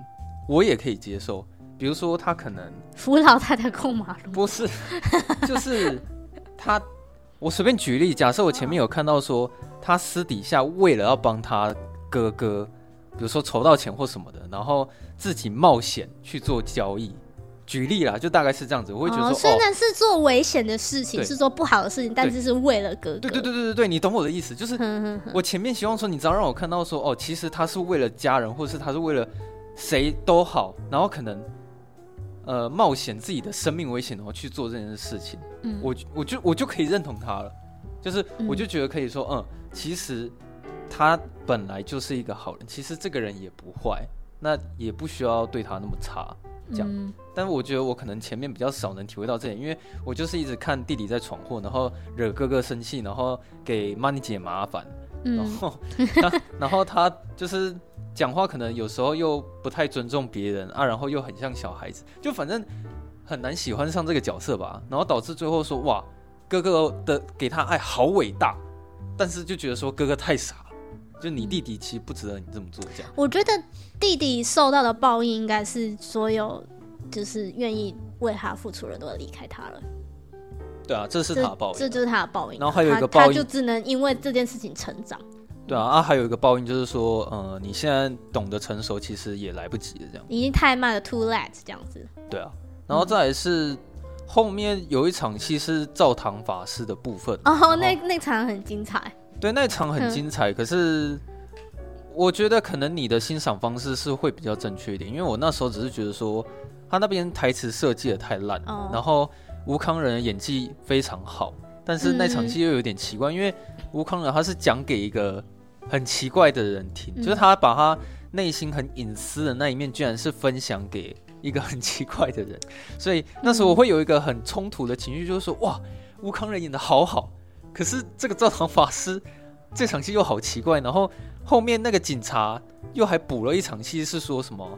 Speaker 2: 我也可以接受。比如说他可能
Speaker 1: 扶老太太过马路，
Speaker 2: 不是， (laughs) 就是他，我随便举例，假设我前面有看到说他私底下为了要帮他哥哥，比如说筹到钱或什么的，然后自己冒险去做交易，举例啦，就大概是这样子，我会觉得
Speaker 1: 哦，
Speaker 2: 说，哦
Speaker 1: 虽，然是做危险的事情，
Speaker 2: 对
Speaker 1: 是做不好的事情，但是是为了哥哥，
Speaker 2: 哦
Speaker 1: 嗯
Speaker 2: 对对对对对对，你懂我的意思，就是
Speaker 1: 哼哼哼，
Speaker 2: 我前面希望说，你只要让我看到说，哦，其实他是为了家人，或是他是为了谁都好，然后可能呃冒险自己的生命危险，然后去做这件事情，
Speaker 1: 嗯
Speaker 2: 我就我就我就可以认同他了。就是我就觉得可以说，嗯，其实他本来就是一个好人，其实这个人也不坏，那也不需要对他那么差。这样
Speaker 1: 嗯
Speaker 2: 但我觉得我可能前面比较少能体会到这点，因为我就是一直看弟弟在闯祸，然后惹哥哥生气，然后给 Money 姐麻烦，然
Speaker 1: 嗯
Speaker 2: 后他，然后他就是讲话可能有时候又不太尊重别人啊，然后又很像小孩子，就反正很难喜欢上这个角色吧。然后导致最后说哇，哥哥的给他爱好伟大，但是就觉得说哥哥太傻了，就你弟弟其实不值得你这么做这样。
Speaker 1: 我觉得弟弟受到的报应应该是所有就是愿意为他付出的人都离开他了，
Speaker 2: 对啊，这是
Speaker 1: 这
Speaker 2: 他的报
Speaker 1: 这
Speaker 2: 应。
Speaker 1: 就是他的报应啊。
Speaker 2: 然后还有一个
Speaker 1: 他
Speaker 2: 报应
Speaker 1: 他就只能因为这件事情成长。
Speaker 2: 对啊，啊还有一个报应就是说，呃，你现在懂得成熟其实也来不及了这样。
Speaker 1: 已经太慢了，too late 这样子。
Speaker 2: 对啊，然后再来是、后面有一场戏是教堂法师的部分。
Speaker 1: 哦，那那场很精彩，
Speaker 2: 对，那一场很
Speaker 1: 嗯
Speaker 2: 精彩，可是我觉得可能你的欣赏方式是会比较正确一点，因为我那时候只是觉得说他那边台词设计的太烂，
Speaker 1: 哦
Speaker 2: 然后吴康仁的演技非常好，但是那
Speaker 1: 嗯
Speaker 2: 场戏又有点奇怪，因为吴康仁他是讲给一个很奇怪的人听，就是
Speaker 1: 嗯
Speaker 2: 他把他内心很隐私的那一面，居然是分享给一个很奇怪的人， (laughs) 所以那时
Speaker 1: 嗯
Speaker 2: 候我会有一个很冲突的情绪，就是说哇，吴康仁演的好好，可是这个教堂法师这场戏又好奇怪，然后后面那个警察又还补了一场戏，是说什么？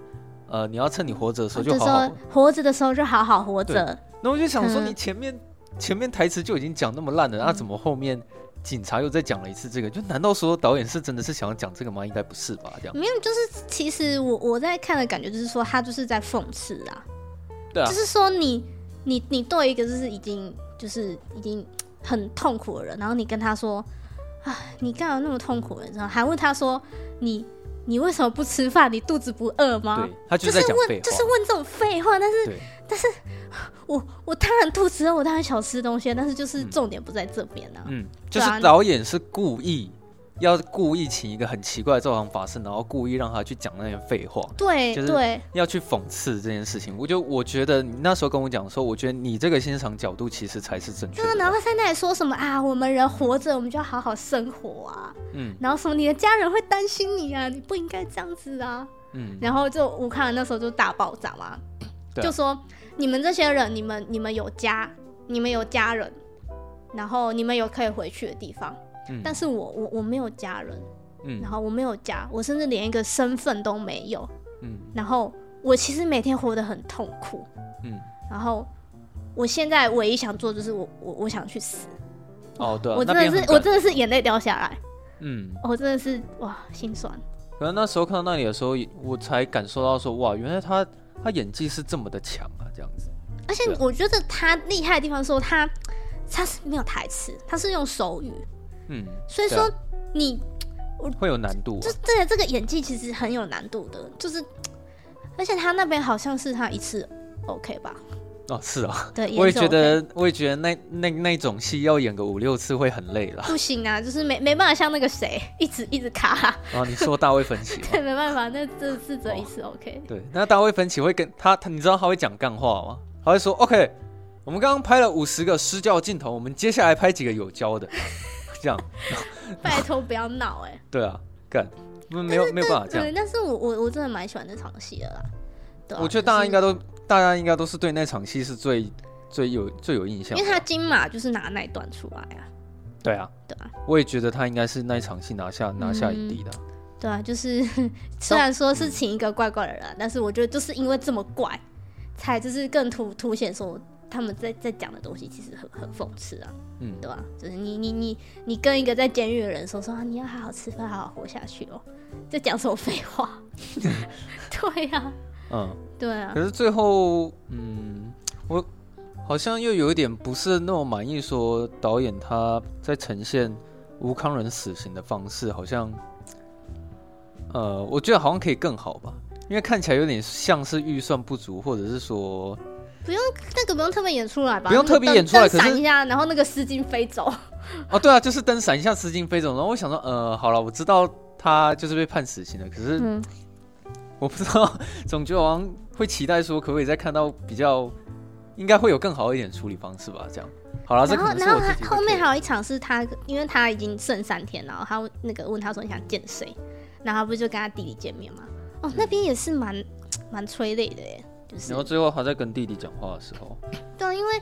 Speaker 2: 呃，你要趁你活着的时候就
Speaker 1: 就
Speaker 2: 好好
Speaker 1: 说活着的哦时候就好好活着，
Speaker 2: 然后我就想说，
Speaker 1: 嗯
Speaker 2: 你前面、前面台词就已经讲那么烂了，那、
Speaker 1: 嗯
Speaker 2: 怎么后面警察又再讲了一次这个？就难道说导演是真的是想要讲这个吗？应该不是吧？这样
Speaker 1: 没有，就是其实我我在看的感觉就是说他就是在讽刺啊，
Speaker 2: 对啊
Speaker 1: 就，是说你你你对一个就是已经就是已经很痛苦的人，然后你跟他说啊，你干嘛那么痛苦呢？然后还问他说你你为什么不吃饭？你肚子不饿吗
Speaker 2: 对？他就
Speaker 1: 就是
Speaker 2: 在
Speaker 1: 是
Speaker 2: 讲废
Speaker 1: 问，
Speaker 2: 话，
Speaker 1: 就是问这种废话，但是
Speaker 2: 对
Speaker 1: 我我当然肚子饿，我当然想吃东西，但是就是
Speaker 2: 嗯
Speaker 1: 重点不在这边啊。
Speaker 2: 嗯，就
Speaker 1: 对啊
Speaker 2: 是导演是故意要故意请一个很奇怪的造访法师，然后故意让他去讲那些废话，
Speaker 1: 对、
Speaker 2: 就是
Speaker 1: 对，
Speaker 2: 要去讽刺这件事情。我就我觉得你那时候跟我讲说，我觉得你这个欣赏角度其实才是正确
Speaker 1: 对啊，然
Speaker 2: 的。
Speaker 1: 后在那里说什么啊？我们人活着，我们就要好好生活啊。
Speaker 2: 嗯
Speaker 1: 然后什么你的家人会担心你啊，你不应该这样子啊。
Speaker 2: 嗯，
Speaker 1: 然后就吴康仁那时候就大爆炸嘛，
Speaker 2: 对啊
Speaker 1: 就说你们这些人，你们你们有家，你们有家人，然后你们有可以回去的地方，
Speaker 2: 嗯
Speaker 1: 但是我我我没有家人，
Speaker 2: 嗯
Speaker 1: 然后我没有家，我甚至连一个身份都没有，
Speaker 2: 嗯
Speaker 1: 然后我其实每天活得很痛苦，
Speaker 2: 嗯，
Speaker 1: 然后我现在唯一想做就是我我我想去死。
Speaker 2: 哦对啊，
Speaker 1: 我
Speaker 2: 那
Speaker 1: 真的
Speaker 2: 边很
Speaker 1: 是，我
Speaker 2: 感
Speaker 1: 真的是眼泪掉下来，
Speaker 2: 嗯。
Speaker 1: 我真的是哇，心酸。
Speaker 2: 可能那时候看到那里的时候，我才感受到说，哇，原来他他演技是这么的强啊，这样子。
Speaker 1: 而且
Speaker 2: 对啊
Speaker 1: 我觉得他厉害的地方是说他他是没有台词，他是用手语，
Speaker 2: 嗯，
Speaker 1: 所以
Speaker 2: 对啊
Speaker 1: 说你
Speaker 2: 会有难度、啊
Speaker 1: 就。这这个演技其实很有难度的，就是而且他那边好像是他一次 OK 吧？
Speaker 2: 哦，是啊，
Speaker 1: 对，
Speaker 2: 我
Speaker 1: 演
Speaker 2: 也
Speaker 1: 奏
Speaker 2: 觉
Speaker 1: OK
Speaker 2: 得，我也觉得那那那种戏要演个五六次会很累了。
Speaker 1: 不行啊，就是没没办法像那个谁一直一直卡、
Speaker 2: 然后哦你说大卫芬奇吗？
Speaker 1: (laughs) 对，没办法，那这这只有一次
Speaker 2: 哦
Speaker 1: OK。
Speaker 2: 对，那大卫芬奇会跟他他，你知道他会讲干话吗？他会说，OK，我们刚刚拍了五十个失焦镜头，我们接下来拍几个有焦的， (laughs) 这样。
Speaker 1: 拜托不要闹哎、
Speaker 2: 对啊，干，没没有没有办啊法这样
Speaker 1: 对，。但是我我我真的蛮喜欢这场戏的啦。对啊、
Speaker 2: 我觉得大
Speaker 1: 就
Speaker 2: 家
Speaker 1: 是
Speaker 2: 应该都，大家应该都是对那场戏是最最有最有印象的。
Speaker 1: 因为他金马就是拿那一段出来啊，
Speaker 2: 对啊，
Speaker 1: 对啊，嗯
Speaker 2: 我也觉得他应该是那一场戏拿下拿下影帝的。
Speaker 1: 对啊，就是
Speaker 2: (laughs)
Speaker 1: 虽然说
Speaker 2: 嗯
Speaker 1: 是请一个怪怪的人啊，但是我觉得就是因为这么怪，才就是更凸凸显说他们在在讲的东西其实很很讽刺啊，
Speaker 2: 嗯，
Speaker 1: 对吧、就是你你你你跟一个在监狱的人说说、啊、你要好好吃饭，好好活下去哦，在讲什么废
Speaker 2: (laughs)
Speaker 1: 话？对呀、啊，
Speaker 2: 嗯，
Speaker 1: 对啊
Speaker 2: (laughs) 可，是最后，嗯，我好像又有一点不是那么满意，说导演他在呈现吴康仁死刑的方式，好像，呃，我觉得好像可以更好吧，因为看起来有点像是预算不足，或者是说，
Speaker 1: 那个不用特别演出来吧？
Speaker 2: 不用特别
Speaker 1: 那个灯
Speaker 2: 演出来
Speaker 1: 灯
Speaker 2: 可是
Speaker 1: 闪一下，然后那个丝巾飞走。
Speaker 2: 哦，对啊，就是灯闪一下，失禁飞走。然后我想说，呃，好了，我知道他就是被判死刑了，可是
Speaker 1: 嗯，
Speaker 2: 我不知道，总觉得好像会期待说，可不可以再看到比较应该会有更好一点处理方式吧？这样好哦了，这
Speaker 1: 然
Speaker 2: 可
Speaker 1: 后，
Speaker 2: 能是
Speaker 1: 然
Speaker 2: 我
Speaker 1: 后
Speaker 2: 自己
Speaker 1: 他
Speaker 2: 会
Speaker 1: 后面
Speaker 2: 觉得
Speaker 1: 还有一场是他，因为他已经剩三天，然后他那个问他说你想见谁，然后他不是就跟他弟弟见面吗？哦，那边也是蛮蛮催泪的耶，就是
Speaker 2: 嗯然后最后还在跟弟弟讲话的时候
Speaker 1: 对啊，因为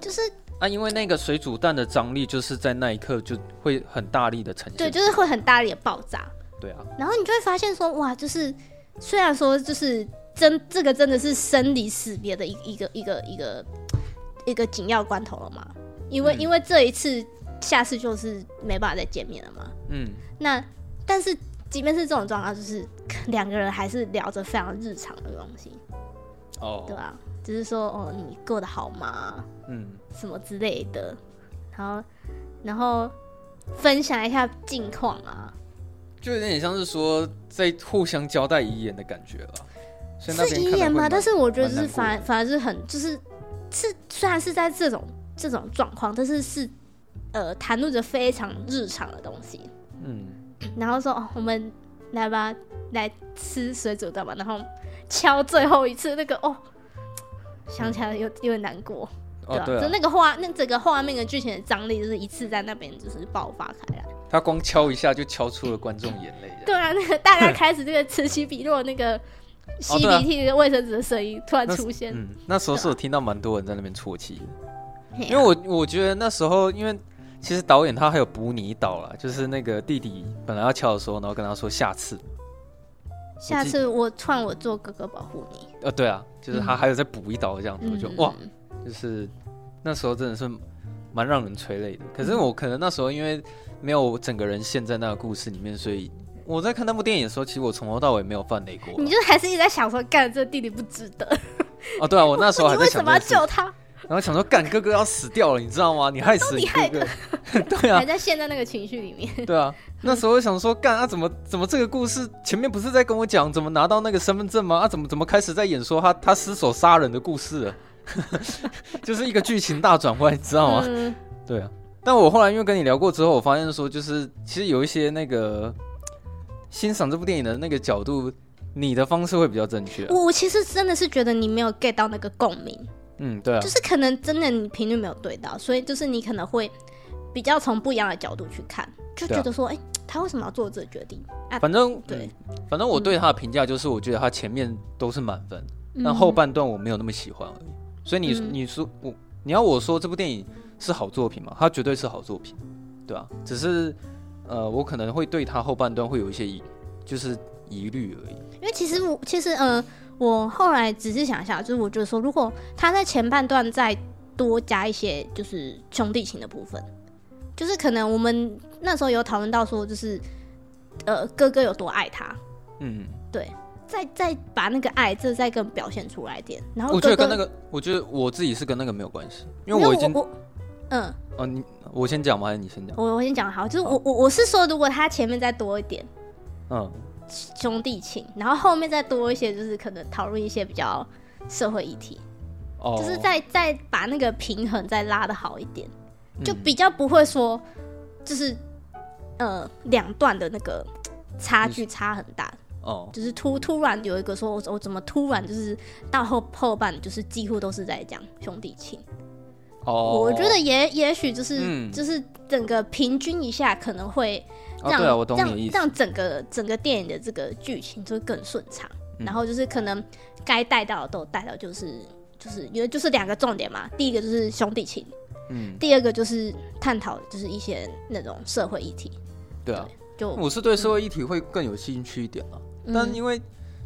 Speaker 1: 就是
Speaker 2: 啊，因为那个水煮蛋的张力就是在那一刻就会很大力的呈现。
Speaker 1: 对，就是会很大力的爆炸，
Speaker 2: 对啊，
Speaker 1: 然后你就会发现说哇，就是虽然说就是真这个真的是生离死别的一一个一个一个一个紧要关头了嘛，因为、
Speaker 2: 嗯
Speaker 1: 因为这一次下次就是没办法再见面了嘛，
Speaker 2: 嗯，
Speaker 1: 那但是即便是这种状况，就是 (laughs) 两个人还是聊着非常日常的东西，对
Speaker 2: 哦，
Speaker 1: 吧？只是说哦，你过得好吗？
Speaker 2: 嗯，
Speaker 1: 什么之类的，然后然后分享一下近况啊，
Speaker 2: 就有点像是说在互相交代遗言的感觉了。所以那
Speaker 1: 是
Speaker 2: 边
Speaker 1: 遗
Speaker 2: 看得
Speaker 1: 言
Speaker 2: 会
Speaker 1: 吗？
Speaker 2: 蛮
Speaker 1: 但是我觉得就是
Speaker 2: 蛮难过的
Speaker 1: 反反而是很就是是虽然是在这种这种状况，但是是呃谈论着非常日常的东西，
Speaker 2: 嗯，
Speaker 1: 然后说、哦、我们来吧，来吃水煮蛋吧，然后敲最后一次那个哦，想起来有有点难过，
Speaker 2: 哦
Speaker 1: 吧？
Speaker 2: 对
Speaker 1: 就
Speaker 2: 啊，
Speaker 1: 那个画那整个画面跟剧情的张力，就是一次在那边就是爆发开来。
Speaker 2: 他光敲一下就敲出了观众眼泪。
Speaker 1: 对啊，那个大家开始这个此起彼落那
Speaker 2: (laughs)
Speaker 1: 个吸
Speaker 2: 对啊
Speaker 1: 鼻涕那个卫生纸的声音突然
Speaker 2: 那
Speaker 1: 出现，
Speaker 2: 嗯，那时候是我听到蛮多人在那边啜泣的。
Speaker 1: 啊嘿啊
Speaker 2: 因为我我觉得那时候，因为其实导演他还有补你一刀啦，就是那个弟弟本来要敲的时候，然后跟他说下次，
Speaker 1: 下次我换我做哥哥保护你。
Speaker 2: 呃，对啊，就是他还有再补一刀这样子，我就
Speaker 1: 嗯
Speaker 2: 哇，，就是那时候真的是蛮让人催泪的。可
Speaker 1: 嗯
Speaker 2: 是我可能那时候因为没有整个人陷在那个故事里面，所以我在看那部电影的时候，其实我从头到尾没有犯雷过啊
Speaker 1: 你
Speaker 2: 啦。
Speaker 1: 就还是一直在想说，干这弟弟不值得，
Speaker 2: 哦，对啊，我那时候还
Speaker 1: 你
Speaker 2: 在
Speaker 1: 为 (laughs) 什
Speaker 2: 想
Speaker 1: 么要
Speaker 2: 这件事
Speaker 1: 救他？
Speaker 2: 然后想说干哥哥要死掉了，你知道吗？你害死
Speaker 1: 都
Speaker 2: 你
Speaker 1: 你害
Speaker 2: 哥哥， (laughs) 对啊
Speaker 1: 还，在陷在那个情绪里面。(laughs)
Speaker 2: 对啊，那时候我想说，干啊，怎么怎么这个故事前面不是在跟我讲怎么拿到那个身份证吗？啊，怎么怎么开始在演说他他失手杀人的故事了， (laughs) 就是一个剧情大转弯，你知道吗？
Speaker 1: 嗯，
Speaker 2: 对啊，但我后来因为跟你聊过之后，我发现说，就是其实有一些那个欣赏这部电影的那个角度，你的方式会比较正确啊、
Speaker 1: 我我其实真的是觉得你没有 get 到那个共鸣，
Speaker 2: 嗯，对啊
Speaker 1: 就，是可能真的你频率没有对到，所以就是你可能会比较从不一样的角度去看，就
Speaker 2: 啊
Speaker 1: 觉得说，哎、他为什么要做这个决定？啊，
Speaker 2: 反正
Speaker 1: 对，
Speaker 2: 反正我对他的评价就是，我觉得他前面都是满分。但
Speaker 1: 嗯
Speaker 2: 后半段我没有那么喜欢而已。所以你、
Speaker 1: 嗯
Speaker 2: 你说我你要我说这部电影是好作品吗？它绝对是好作品，对啊，只是呃，我可能会对它后半段会有一些疑，就是疑虑而已。
Speaker 1: 嗯因为其实我其实呃，我后来仔细想一下，就是我觉得说，如果他在前半段再多加一些就是兄弟情的部分，就是可能我们那时候有讨论到说，就是呃哥哥有多爱他，
Speaker 2: 嗯，
Speaker 1: 再再把那个爱这再更表现出来一点，然后
Speaker 2: 我觉
Speaker 1: 哥
Speaker 2: 得
Speaker 1: 哦哥
Speaker 2: 跟那个，我觉得我自己是跟那个没有关系，因
Speaker 1: 没
Speaker 2: 为
Speaker 1: 有
Speaker 2: 我已经
Speaker 1: 我嗯，
Speaker 2: 哦，你我先讲吗？还是你先讲？
Speaker 1: 我我先讲好，就是我我我是说，如果他前面再多一点
Speaker 2: 嗯，
Speaker 1: 兄弟情，然后后面再多一些，就是可能讨论一些比较社会议题，
Speaker 2: 哦，
Speaker 1: 就是再再把那个平衡再拉的好一点，就
Speaker 2: 嗯
Speaker 1: 比较不会说就是呃两段的那个差距
Speaker 2: 嗯
Speaker 1: 差很大，
Speaker 2: 哦，
Speaker 1: 就是突突然有一个说我我怎么突然就是到后后半就是几乎都是在讲兄弟情，
Speaker 2: 哦，
Speaker 1: 我觉得也也许就是、
Speaker 2: 嗯
Speaker 1: 就是整个平均一下可能会
Speaker 2: 啊，
Speaker 1: 让、
Speaker 2: 对啊，我懂你
Speaker 1: 让
Speaker 2: 的意思。
Speaker 1: 让整个整个电影的这个剧情就会更顺畅，
Speaker 2: 嗯
Speaker 1: 然后就是可能该带到的都带到，就是就是因为就是两个重点嘛，第一个就是兄弟情，
Speaker 2: 嗯，
Speaker 1: 第二个就是探讨就是一些那种社会议题，
Speaker 2: 对啊，
Speaker 1: 就
Speaker 2: 我是对社会议题会更有兴趣一点啊。但
Speaker 1: 嗯
Speaker 2: 因为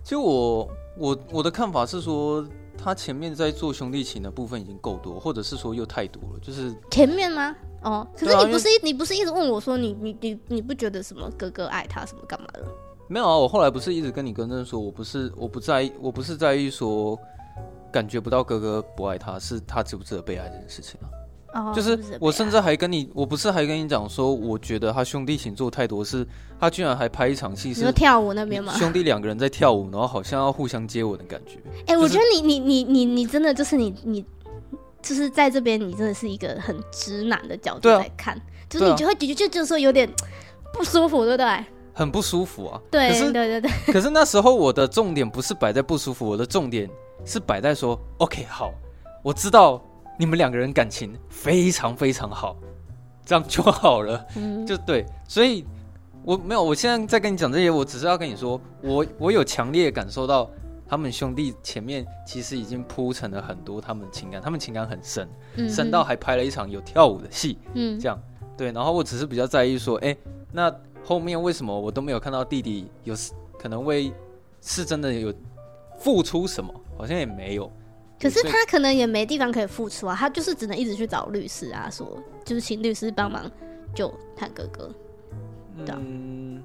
Speaker 2: 其实我我我的看法是说，他前面在做兄弟情的部分已经够多，或者是说又太多了，就是
Speaker 1: 前面吗？哦，可
Speaker 2: 对啊
Speaker 1: 是你
Speaker 2: 因
Speaker 1: 不
Speaker 2: 为
Speaker 1: 是一、你不是一直问我说你你你你不觉得什么哥哥爱他什么干嘛的？
Speaker 2: 没有啊。我后来不是一直跟你更正说，我不是我不在意，我不是在意说感觉不到哥哥不爱他，是他值不值得被爱这件事情啊。
Speaker 1: 哦，
Speaker 2: 就是
Speaker 1: 不是
Speaker 2: 我
Speaker 1: 被
Speaker 2: 甚
Speaker 1: 爱
Speaker 2: 至还跟你，我不是还跟你讲说，我觉得他兄弟情做太多，是他居然还拍一场戏
Speaker 1: 你说
Speaker 2: 是。
Speaker 1: 跳舞那边吗？
Speaker 2: (laughs) 兄弟两个人在跳舞，然后好像要互相接吻的感觉。
Speaker 1: 哎、我
Speaker 2: 就是
Speaker 1: 觉得你你你你你真的就是你你就是在这边，你真的是一个很直男的角度
Speaker 2: 对啊
Speaker 1: 来看，就是
Speaker 2: 对啊
Speaker 1: 你就会的确就就是说有点不舒服，对不对？
Speaker 2: 很不舒服啊。
Speaker 1: 对
Speaker 2: 可是
Speaker 1: 对对对，
Speaker 2: (laughs) 可是那时候我的重点不是摆在不舒服，我的重点是摆在说，OK，好，我知道你们两个人感情非常非常好，这样就好了。
Speaker 1: 嗯，
Speaker 2: 就对，所以我没有，我现在在跟你讲这些，我只是要跟你说，我我有强烈感受到他们兄弟前面其实已经铺陈了很多他们情感，他们情感很深，
Speaker 1: 嗯
Speaker 2: 深到还拍了一场有跳舞的戏，
Speaker 1: 嗯
Speaker 2: 这样对。然后我只是比较在意说，哎、那后面为什么我都没有看到弟弟有可能为是真的有付出什么？好像也没有。
Speaker 1: 可是
Speaker 2: 对所以
Speaker 1: 他可能也没地方可以付出啊，他就是只能一直去找律师啊，说就是请律师帮忙救他哥哥，的
Speaker 2: 嗯，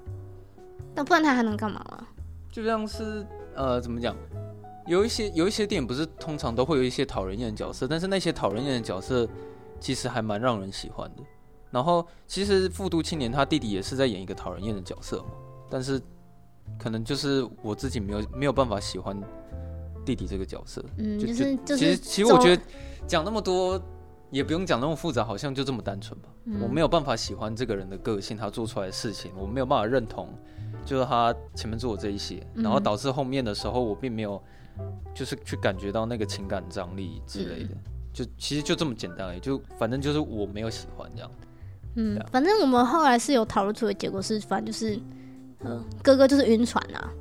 Speaker 1: 那不然他还能干嘛吗？
Speaker 2: 就像是呃，怎么讲？有一些有一些电影不是通常都会有一些讨人厌的角色，但是那些讨人厌的角色其实还蛮让人喜欢的。然后其实《复读青年》他弟弟也是在演一个讨人厌的角色嘛，但是可能就是我自己没有没有办法喜欢弟弟这个角色。
Speaker 1: 嗯，
Speaker 2: 就
Speaker 1: 就是就
Speaker 2: 其
Speaker 1: 是
Speaker 2: 实其实我
Speaker 1: 走
Speaker 2: 觉得讲那么多也不用讲那么复杂，好像就这么单纯吧。
Speaker 1: 嗯
Speaker 2: 我没有办法喜欢这个人的个性，他做出来的事情，我没有办法认同，就是他前面做的这一些，
Speaker 1: 嗯
Speaker 2: 然后导致后面的时候，我并没有就是去感觉到那个情感张力之类
Speaker 1: 嗯
Speaker 2: 的，就其实就这么简单而已，就反正就是我没有喜欢这样。
Speaker 1: 嗯
Speaker 2: 对啊，
Speaker 1: 反正我们后来是有讨论出的结果是，反正就是，呃，哥哥就是晕船啊，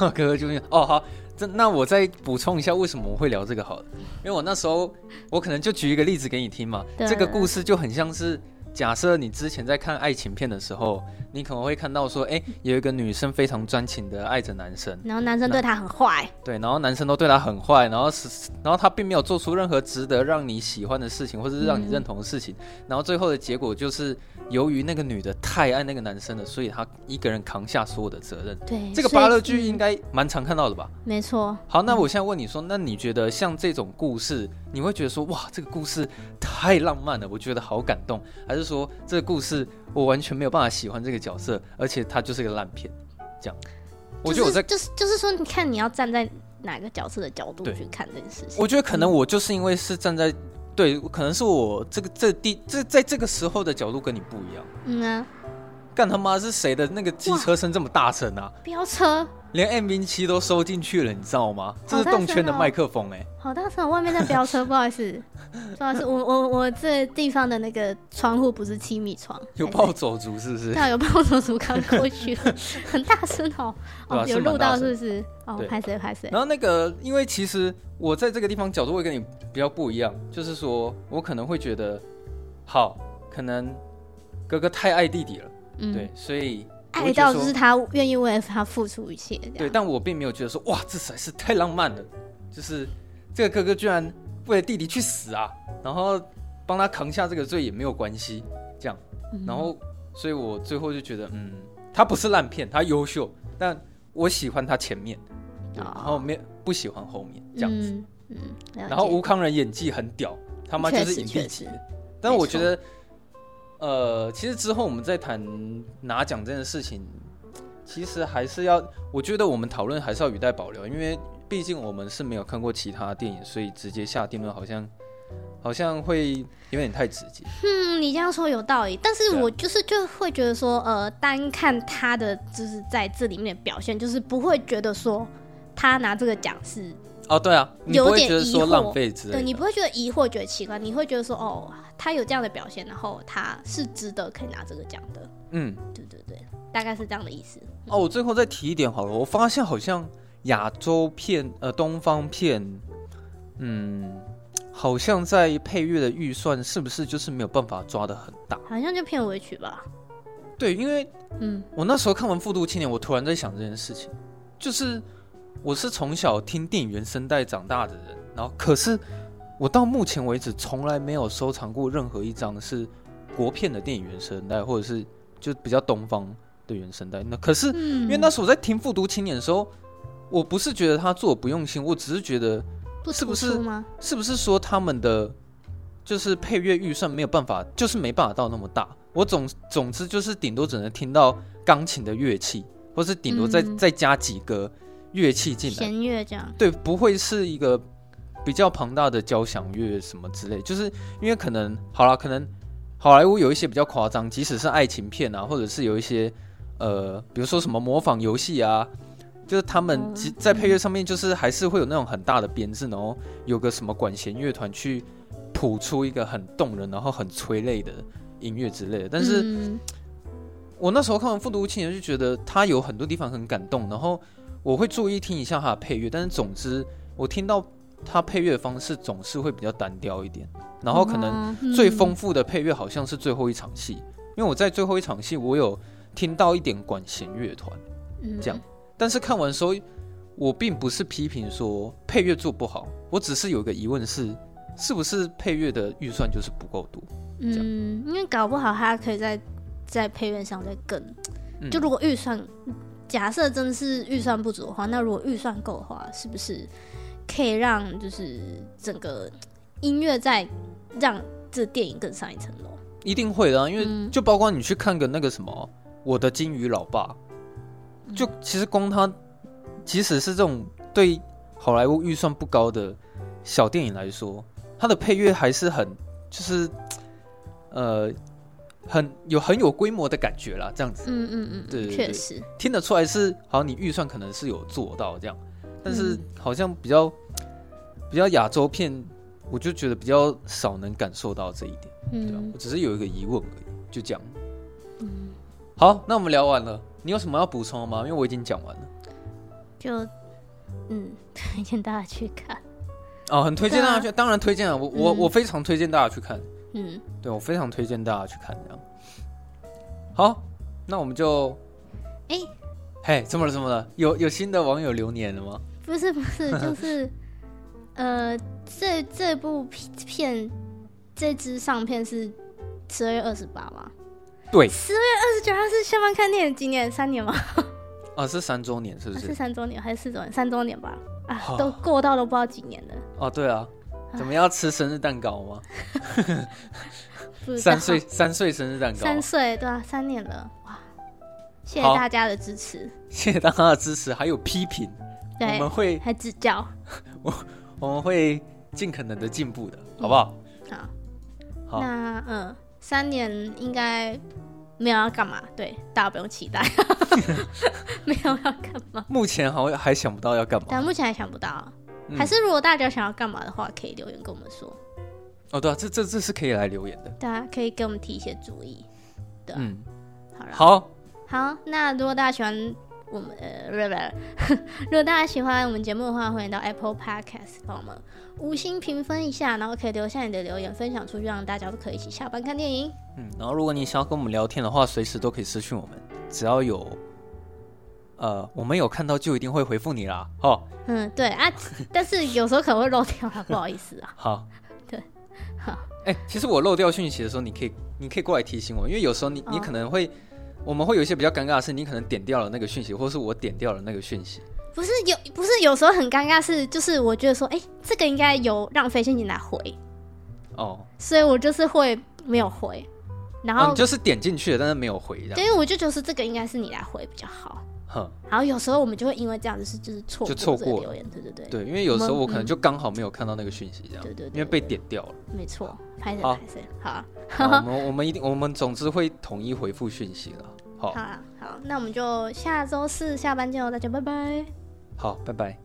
Speaker 2: 大 (laughs) 哥就是哦好，这那我再补充一下为什么我会聊这个好了，因为我那时候我可能就举一个例子给你听嘛，
Speaker 1: 对
Speaker 2: 这个故事就很像是。假设你之前在看爱情片的时候，你可能会看到说，哎、有一个女生非常专情的爱着男生，
Speaker 1: 然后男生对他很坏，
Speaker 2: 对，然后男生都对他很坏，然后是，然后他并没有做出任何值得让你喜欢的事情，或者是让你认同的事情，然后最后的结果就是，由于那个女的太爱那个男生了，所以她一个人扛下所有的责任。
Speaker 1: 对，
Speaker 2: 这个
Speaker 1: 所以
Speaker 2: 芭乐剧应
Speaker 1: 嗯
Speaker 2: 该蛮常看到的吧？
Speaker 1: 没错，
Speaker 2: 好，那我现在问你说，那你觉得像这种故事，你会觉得说，哇，这个故事太浪漫了，我觉得好感动，还是说这个故事我完全没有办法喜欢这个角色，而且它就是个烂片，这样？我觉得我在
Speaker 1: 就是就是就是说，你看你要站在哪个角色的角度
Speaker 2: 对
Speaker 1: 去看这件事情，
Speaker 2: 我觉得可能我就是因为是站在对，可能是我这个这第这在这个时候的角度跟你不一样。
Speaker 1: 嗯啊，
Speaker 2: 干他妈是谁的那个机车声这么大声啊？
Speaker 1: 飙车
Speaker 2: 连 M 零七都收进去了，你知道吗？这是
Speaker 1: 好大声
Speaker 2: 动圈的
Speaker 1: 哦
Speaker 2: 麦克风哎、
Speaker 1: 好大声哦，外面在飙车，不好意思， (laughs) 不好意思，我我我这地方的那个窗户不是七米窗，
Speaker 2: 有
Speaker 1: 还
Speaker 2: 暴
Speaker 1: 是
Speaker 2: 走族是不是
Speaker 1: 对？啊，有爆竹竹刚过去
Speaker 2: (laughs)
Speaker 1: 了，很大声哦，
Speaker 2: 对啊
Speaker 1: 哦，有
Speaker 2: 是蛮
Speaker 1: 录
Speaker 2: 大
Speaker 1: 到
Speaker 2: 声
Speaker 1: 是不是？哦
Speaker 2: 对，
Speaker 1: 拍谁拍谁，
Speaker 2: 然后那个，因为其实我在这个地方角度会跟你比较不一样，就是说我可能会觉得，好，可能哥哥太爱弟弟了，
Speaker 1: 嗯，
Speaker 2: 对，所以我
Speaker 1: 爱
Speaker 2: 会觉
Speaker 1: 到
Speaker 2: 得说
Speaker 1: 就是他愿意为他付出一切，这
Speaker 2: 对，
Speaker 1: 样。
Speaker 2: 但我并没有觉得说哇，这实在是太浪漫了，就是这个哥哥居然为了弟弟去死啊，然后帮他扛下这个罪也没有关系，这样，
Speaker 1: 嗯
Speaker 2: 然后所以我最后就觉得，嗯，他不是烂片，他优秀，但我喜欢他前面，对
Speaker 1: 哦
Speaker 2: 然后没不喜欢后面这样子。
Speaker 1: 嗯，嗯了
Speaker 2: 然后
Speaker 1: 解
Speaker 2: 吴康仁演技很屌，他妈就
Speaker 1: 确
Speaker 2: 是
Speaker 1: 实
Speaker 2: 影帝
Speaker 1: 确实
Speaker 2: 级的。但是我
Speaker 1: 没
Speaker 2: 觉
Speaker 1: 错
Speaker 2: 得，呃，其实之后我们再谈拿奖这件事情，其实还是要，我觉得我们讨论还是要语带保留，因为毕竟我们是没有看过其他电影，所以直接下定论好像好像会有点太直接。
Speaker 1: 嗯，你这样说有道理，但是
Speaker 2: 对啊
Speaker 1: 我就是就会觉得说，呃，单看他的就是在这里面的表现，就是不会觉得说他拿这个奖是，
Speaker 2: 哦，对啊，你
Speaker 1: 有
Speaker 2: 不会
Speaker 1: 点
Speaker 2: 觉得
Speaker 1: 疑
Speaker 2: 说
Speaker 1: 惑
Speaker 2: 浪费之类
Speaker 1: 对
Speaker 2: 的，
Speaker 1: 你不会觉得疑惑、觉得奇怪，你会觉得说，哦，他有这样的表现，然后他是值得可以拿这个奖的，
Speaker 2: 嗯。
Speaker 1: 对对对，大概是这样的意思。
Speaker 2: 哦，我最后再提一点好了，我发现好像亚洲片，呃，东方片，嗯，好像在配乐的预算是不是就是没有办法抓得很大？
Speaker 1: 好像就片尾曲吧，
Speaker 2: 对，因为
Speaker 1: 嗯
Speaker 2: 我那时候看完《复读青年》，我突然在想这件事情，就是我是从小听电影原声带长大的人，然后可是我到目前为止从来没有收藏过任何一张是国片的电影原声带，或者是就比较东方的原声带。那可是
Speaker 1: 嗯，
Speaker 2: 因为那时候我在听《复读青年》的时候，我不是觉得他做得不用心，我只是觉得
Speaker 1: 不
Speaker 2: 是不
Speaker 1: 突
Speaker 2: 是
Speaker 1: 出吗？
Speaker 2: 是不是说他们的就是配乐预算没有办法，就是没办法到那么大。我总总之就是顶多只能听到钢琴的乐器，或是顶多再、
Speaker 1: 嗯
Speaker 2: 再加几个乐器进来，
Speaker 1: 弦乐这样，
Speaker 2: 对，不会是一个比较庞大的交响乐什么之类，就是因为可能好了，可能好莱坞有一些比较夸张，即使是爱情片啊，或者是有一些呃，比如说什么模仿游戏啊，就是他们
Speaker 1: 嗯
Speaker 2: 其在配乐上面，就是还是会有那种很大的编制，然后有个什么管弦乐团去谱出一个很动人，然后很催泪的音乐之类的。但是
Speaker 1: 嗯
Speaker 2: 我那时候看完《复读青年》就觉得他有很多地方很感动，然后我会注意听一下他的配乐，但是总之我听到他配乐的方式总是会比较单调一点，然后可能
Speaker 1: 能
Speaker 2: 最丰富的配乐好像是最后一场戏，因为我在最后一场戏我有听到一点管弦乐团，
Speaker 1: 嗯
Speaker 2: 这样，但是看完的时候，我并不是批评说配乐做不好，我只是有一个疑问是，是不是配乐的预算就是不够多？这样
Speaker 1: 嗯，因为搞不好他可以在在配乐上再更，
Speaker 2: 嗯
Speaker 1: 就如果预算假设真的是预算不足的话，那如果预算够的话，是不是可以让就是整个音乐再让这电影更上一层楼？
Speaker 2: 一定会的、啊，因为
Speaker 1: 嗯
Speaker 2: 就包括你去看个那个什么《我的金鱼老爸》，
Speaker 1: 嗯
Speaker 2: 就其实光他，即使是这种对好莱坞预算不高的小电影来说，它的配乐还是很就是呃很有很有规模的感觉啦，这样子
Speaker 1: 嗯嗯嗯，
Speaker 2: 对对对
Speaker 1: 确实，
Speaker 2: 听得出来是好像你预算可能是有做到这样，但是
Speaker 1: 嗯
Speaker 2: 好像比较比较亚洲片，我就觉得比较少能感受到这一点。对啊吧
Speaker 1: 嗯？
Speaker 2: 我只是有一个疑问而已，就这样。好，那我们聊完了，你有什么要补充的吗？因为我已经讲完了。
Speaker 1: 就嗯， (laughs) 推荐大家去看，
Speaker 2: 哦，很推荐
Speaker 1: 对啊
Speaker 2: 大家去，当然推荐啊，我我、
Speaker 1: 嗯
Speaker 2: 我非常推荐大家去看，
Speaker 1: 嗯，
Speaker 2: 对我非常推荐大家去看这样。好，那我们就，
Speaker 1: 哎
Speaker 2: 嘿，怎么了怎么了？有有新的网友留言了吗？
Speaker 1: 不是不是，
Speaker 2: (laughs)
Speaker 1: 就是呃，这这部片这支上片是十二月二十八吗？
Speaker 2: 对，
Speaker 1: 二十九号是下班看电影几年？三年吗？
Speaker 2: 啊，是三周年是不
Speaker 1: 啊
Speaker 2: 是？
Speaker 1: 是三周年还是四周年？三周年吧。啊
Speaker 2: 好，
Speaker 1: 都过到都不知道几年了，
Speaker 2: 哦，对啊，怎么要吃生日蛋糕吗？
Speaker 1: 不知道
Speaker 2: 三岁三岁生日蛋糕，
Speaker 1: 三岁对啊，三年了哇！谢谢
Speaker 2: 好
Speaker 1: 大家的支持，
Speaker 2: 谢谢大家的支持，还有批评，我
Speaker 1: 对
Speaker 2: 们，会
Speaker 1: 还指教
Speaker 2: 我们会尽可能的进步的，好不好？
Speaker 1: 啊。
Speaker 2: 好，
Speaker 1: 那嗯，三年应该没有要干嘛，对，大家不用期
Speaker 2: (laughs)
Speaker 1: 待， (laughs) 没有要干嘛。
Speaker 2: 目前好像还想不到要干嘛。
Speaker 1: (laughs) 但目前还想不到，啊
Speaker 2: 嗯
Speaker 1: 还是如果大家想要干嘛的话，可以留言跟我们说，
Speaker 2: 哦，对啊，这这这是可以来留言的。
Speaker 1: 大家可以给我们提一些主意。对啊
Speaker 2: 嗯，
Speaker 1: 好了，
Speaker 2: 好，
Speaker 1: 好，那如果大家喜欢我们呃，不是不是 (laughs) 如果大家喜欢我们节目的话，欢迎到 Apple Podcast 帮我们五星评分一下，然后可以留下你的留言，分享出去，让大家都可以一起下班看电影。
Speaker 2: 嗯，然后如果你想要跟我们聊天的话，随时都可以私讯我们，只要有，呃，我们有看到就一定会回复你啦。哦，
Speaker 1: 嗯，对啊， (laughs) 但是有时候可能会漏掉啊，不好意思啊。
Speaker 2: (laughs) 好，
Speaker 1: (laughs) 对，好，
Speaker 2: 哎、其实我漏掉讯息的时候，你可以你可以过来提醒我，因为有时候你你
Speaker 1: 哦
Speaker 2: 可能会。我们会有一些比较尴尬的是，你可能点掉了那个讯息，或是我点掉了那个讯息。
Speaker 1: 不是有，不是有时候很尴尬是，就是我觉得说，哎、这个应该由让飞信你来回，
Speaker 2: 哦，
Speaker 1: 所以我就是会没有回，然
Speaker 2: 哦
Speaker 1: 后、
Speaker 2: 你就是点进去了，但是没有回这样。
Speaker 1: 对，因为我就觉得说这个应该是你来回比较好。
Speaker 2: 哼，
Speaker 1: 然后有时候我们就会因为这样子是就是错
Speaker 2: 就错
Speaker 1: 这个
Speaker 2: 过
Speaker 1: 留言，对对对，
Speaker 2: 对，因为有时候
Speaker 1: 我们嗯
Speaker 2: 我可能就刚好没有看到那个讯息，这样，
Speaker 1: 对对对
Speaker 2: 因为被点掉
Speaker 1: (laughs)
Speaker 2: 了。
Speaker 1: 没错，拍谁
Speaker 2: 好
Speaker 1: 拍谁，好啊，
Speaker 2: 好我们我们一定，我们总之会统一回复讯息了。好
Speaker 1: 好，啊，好，那我们就下周四下班见哦，大家拜拜。
Speaker 2: 好，拜拜。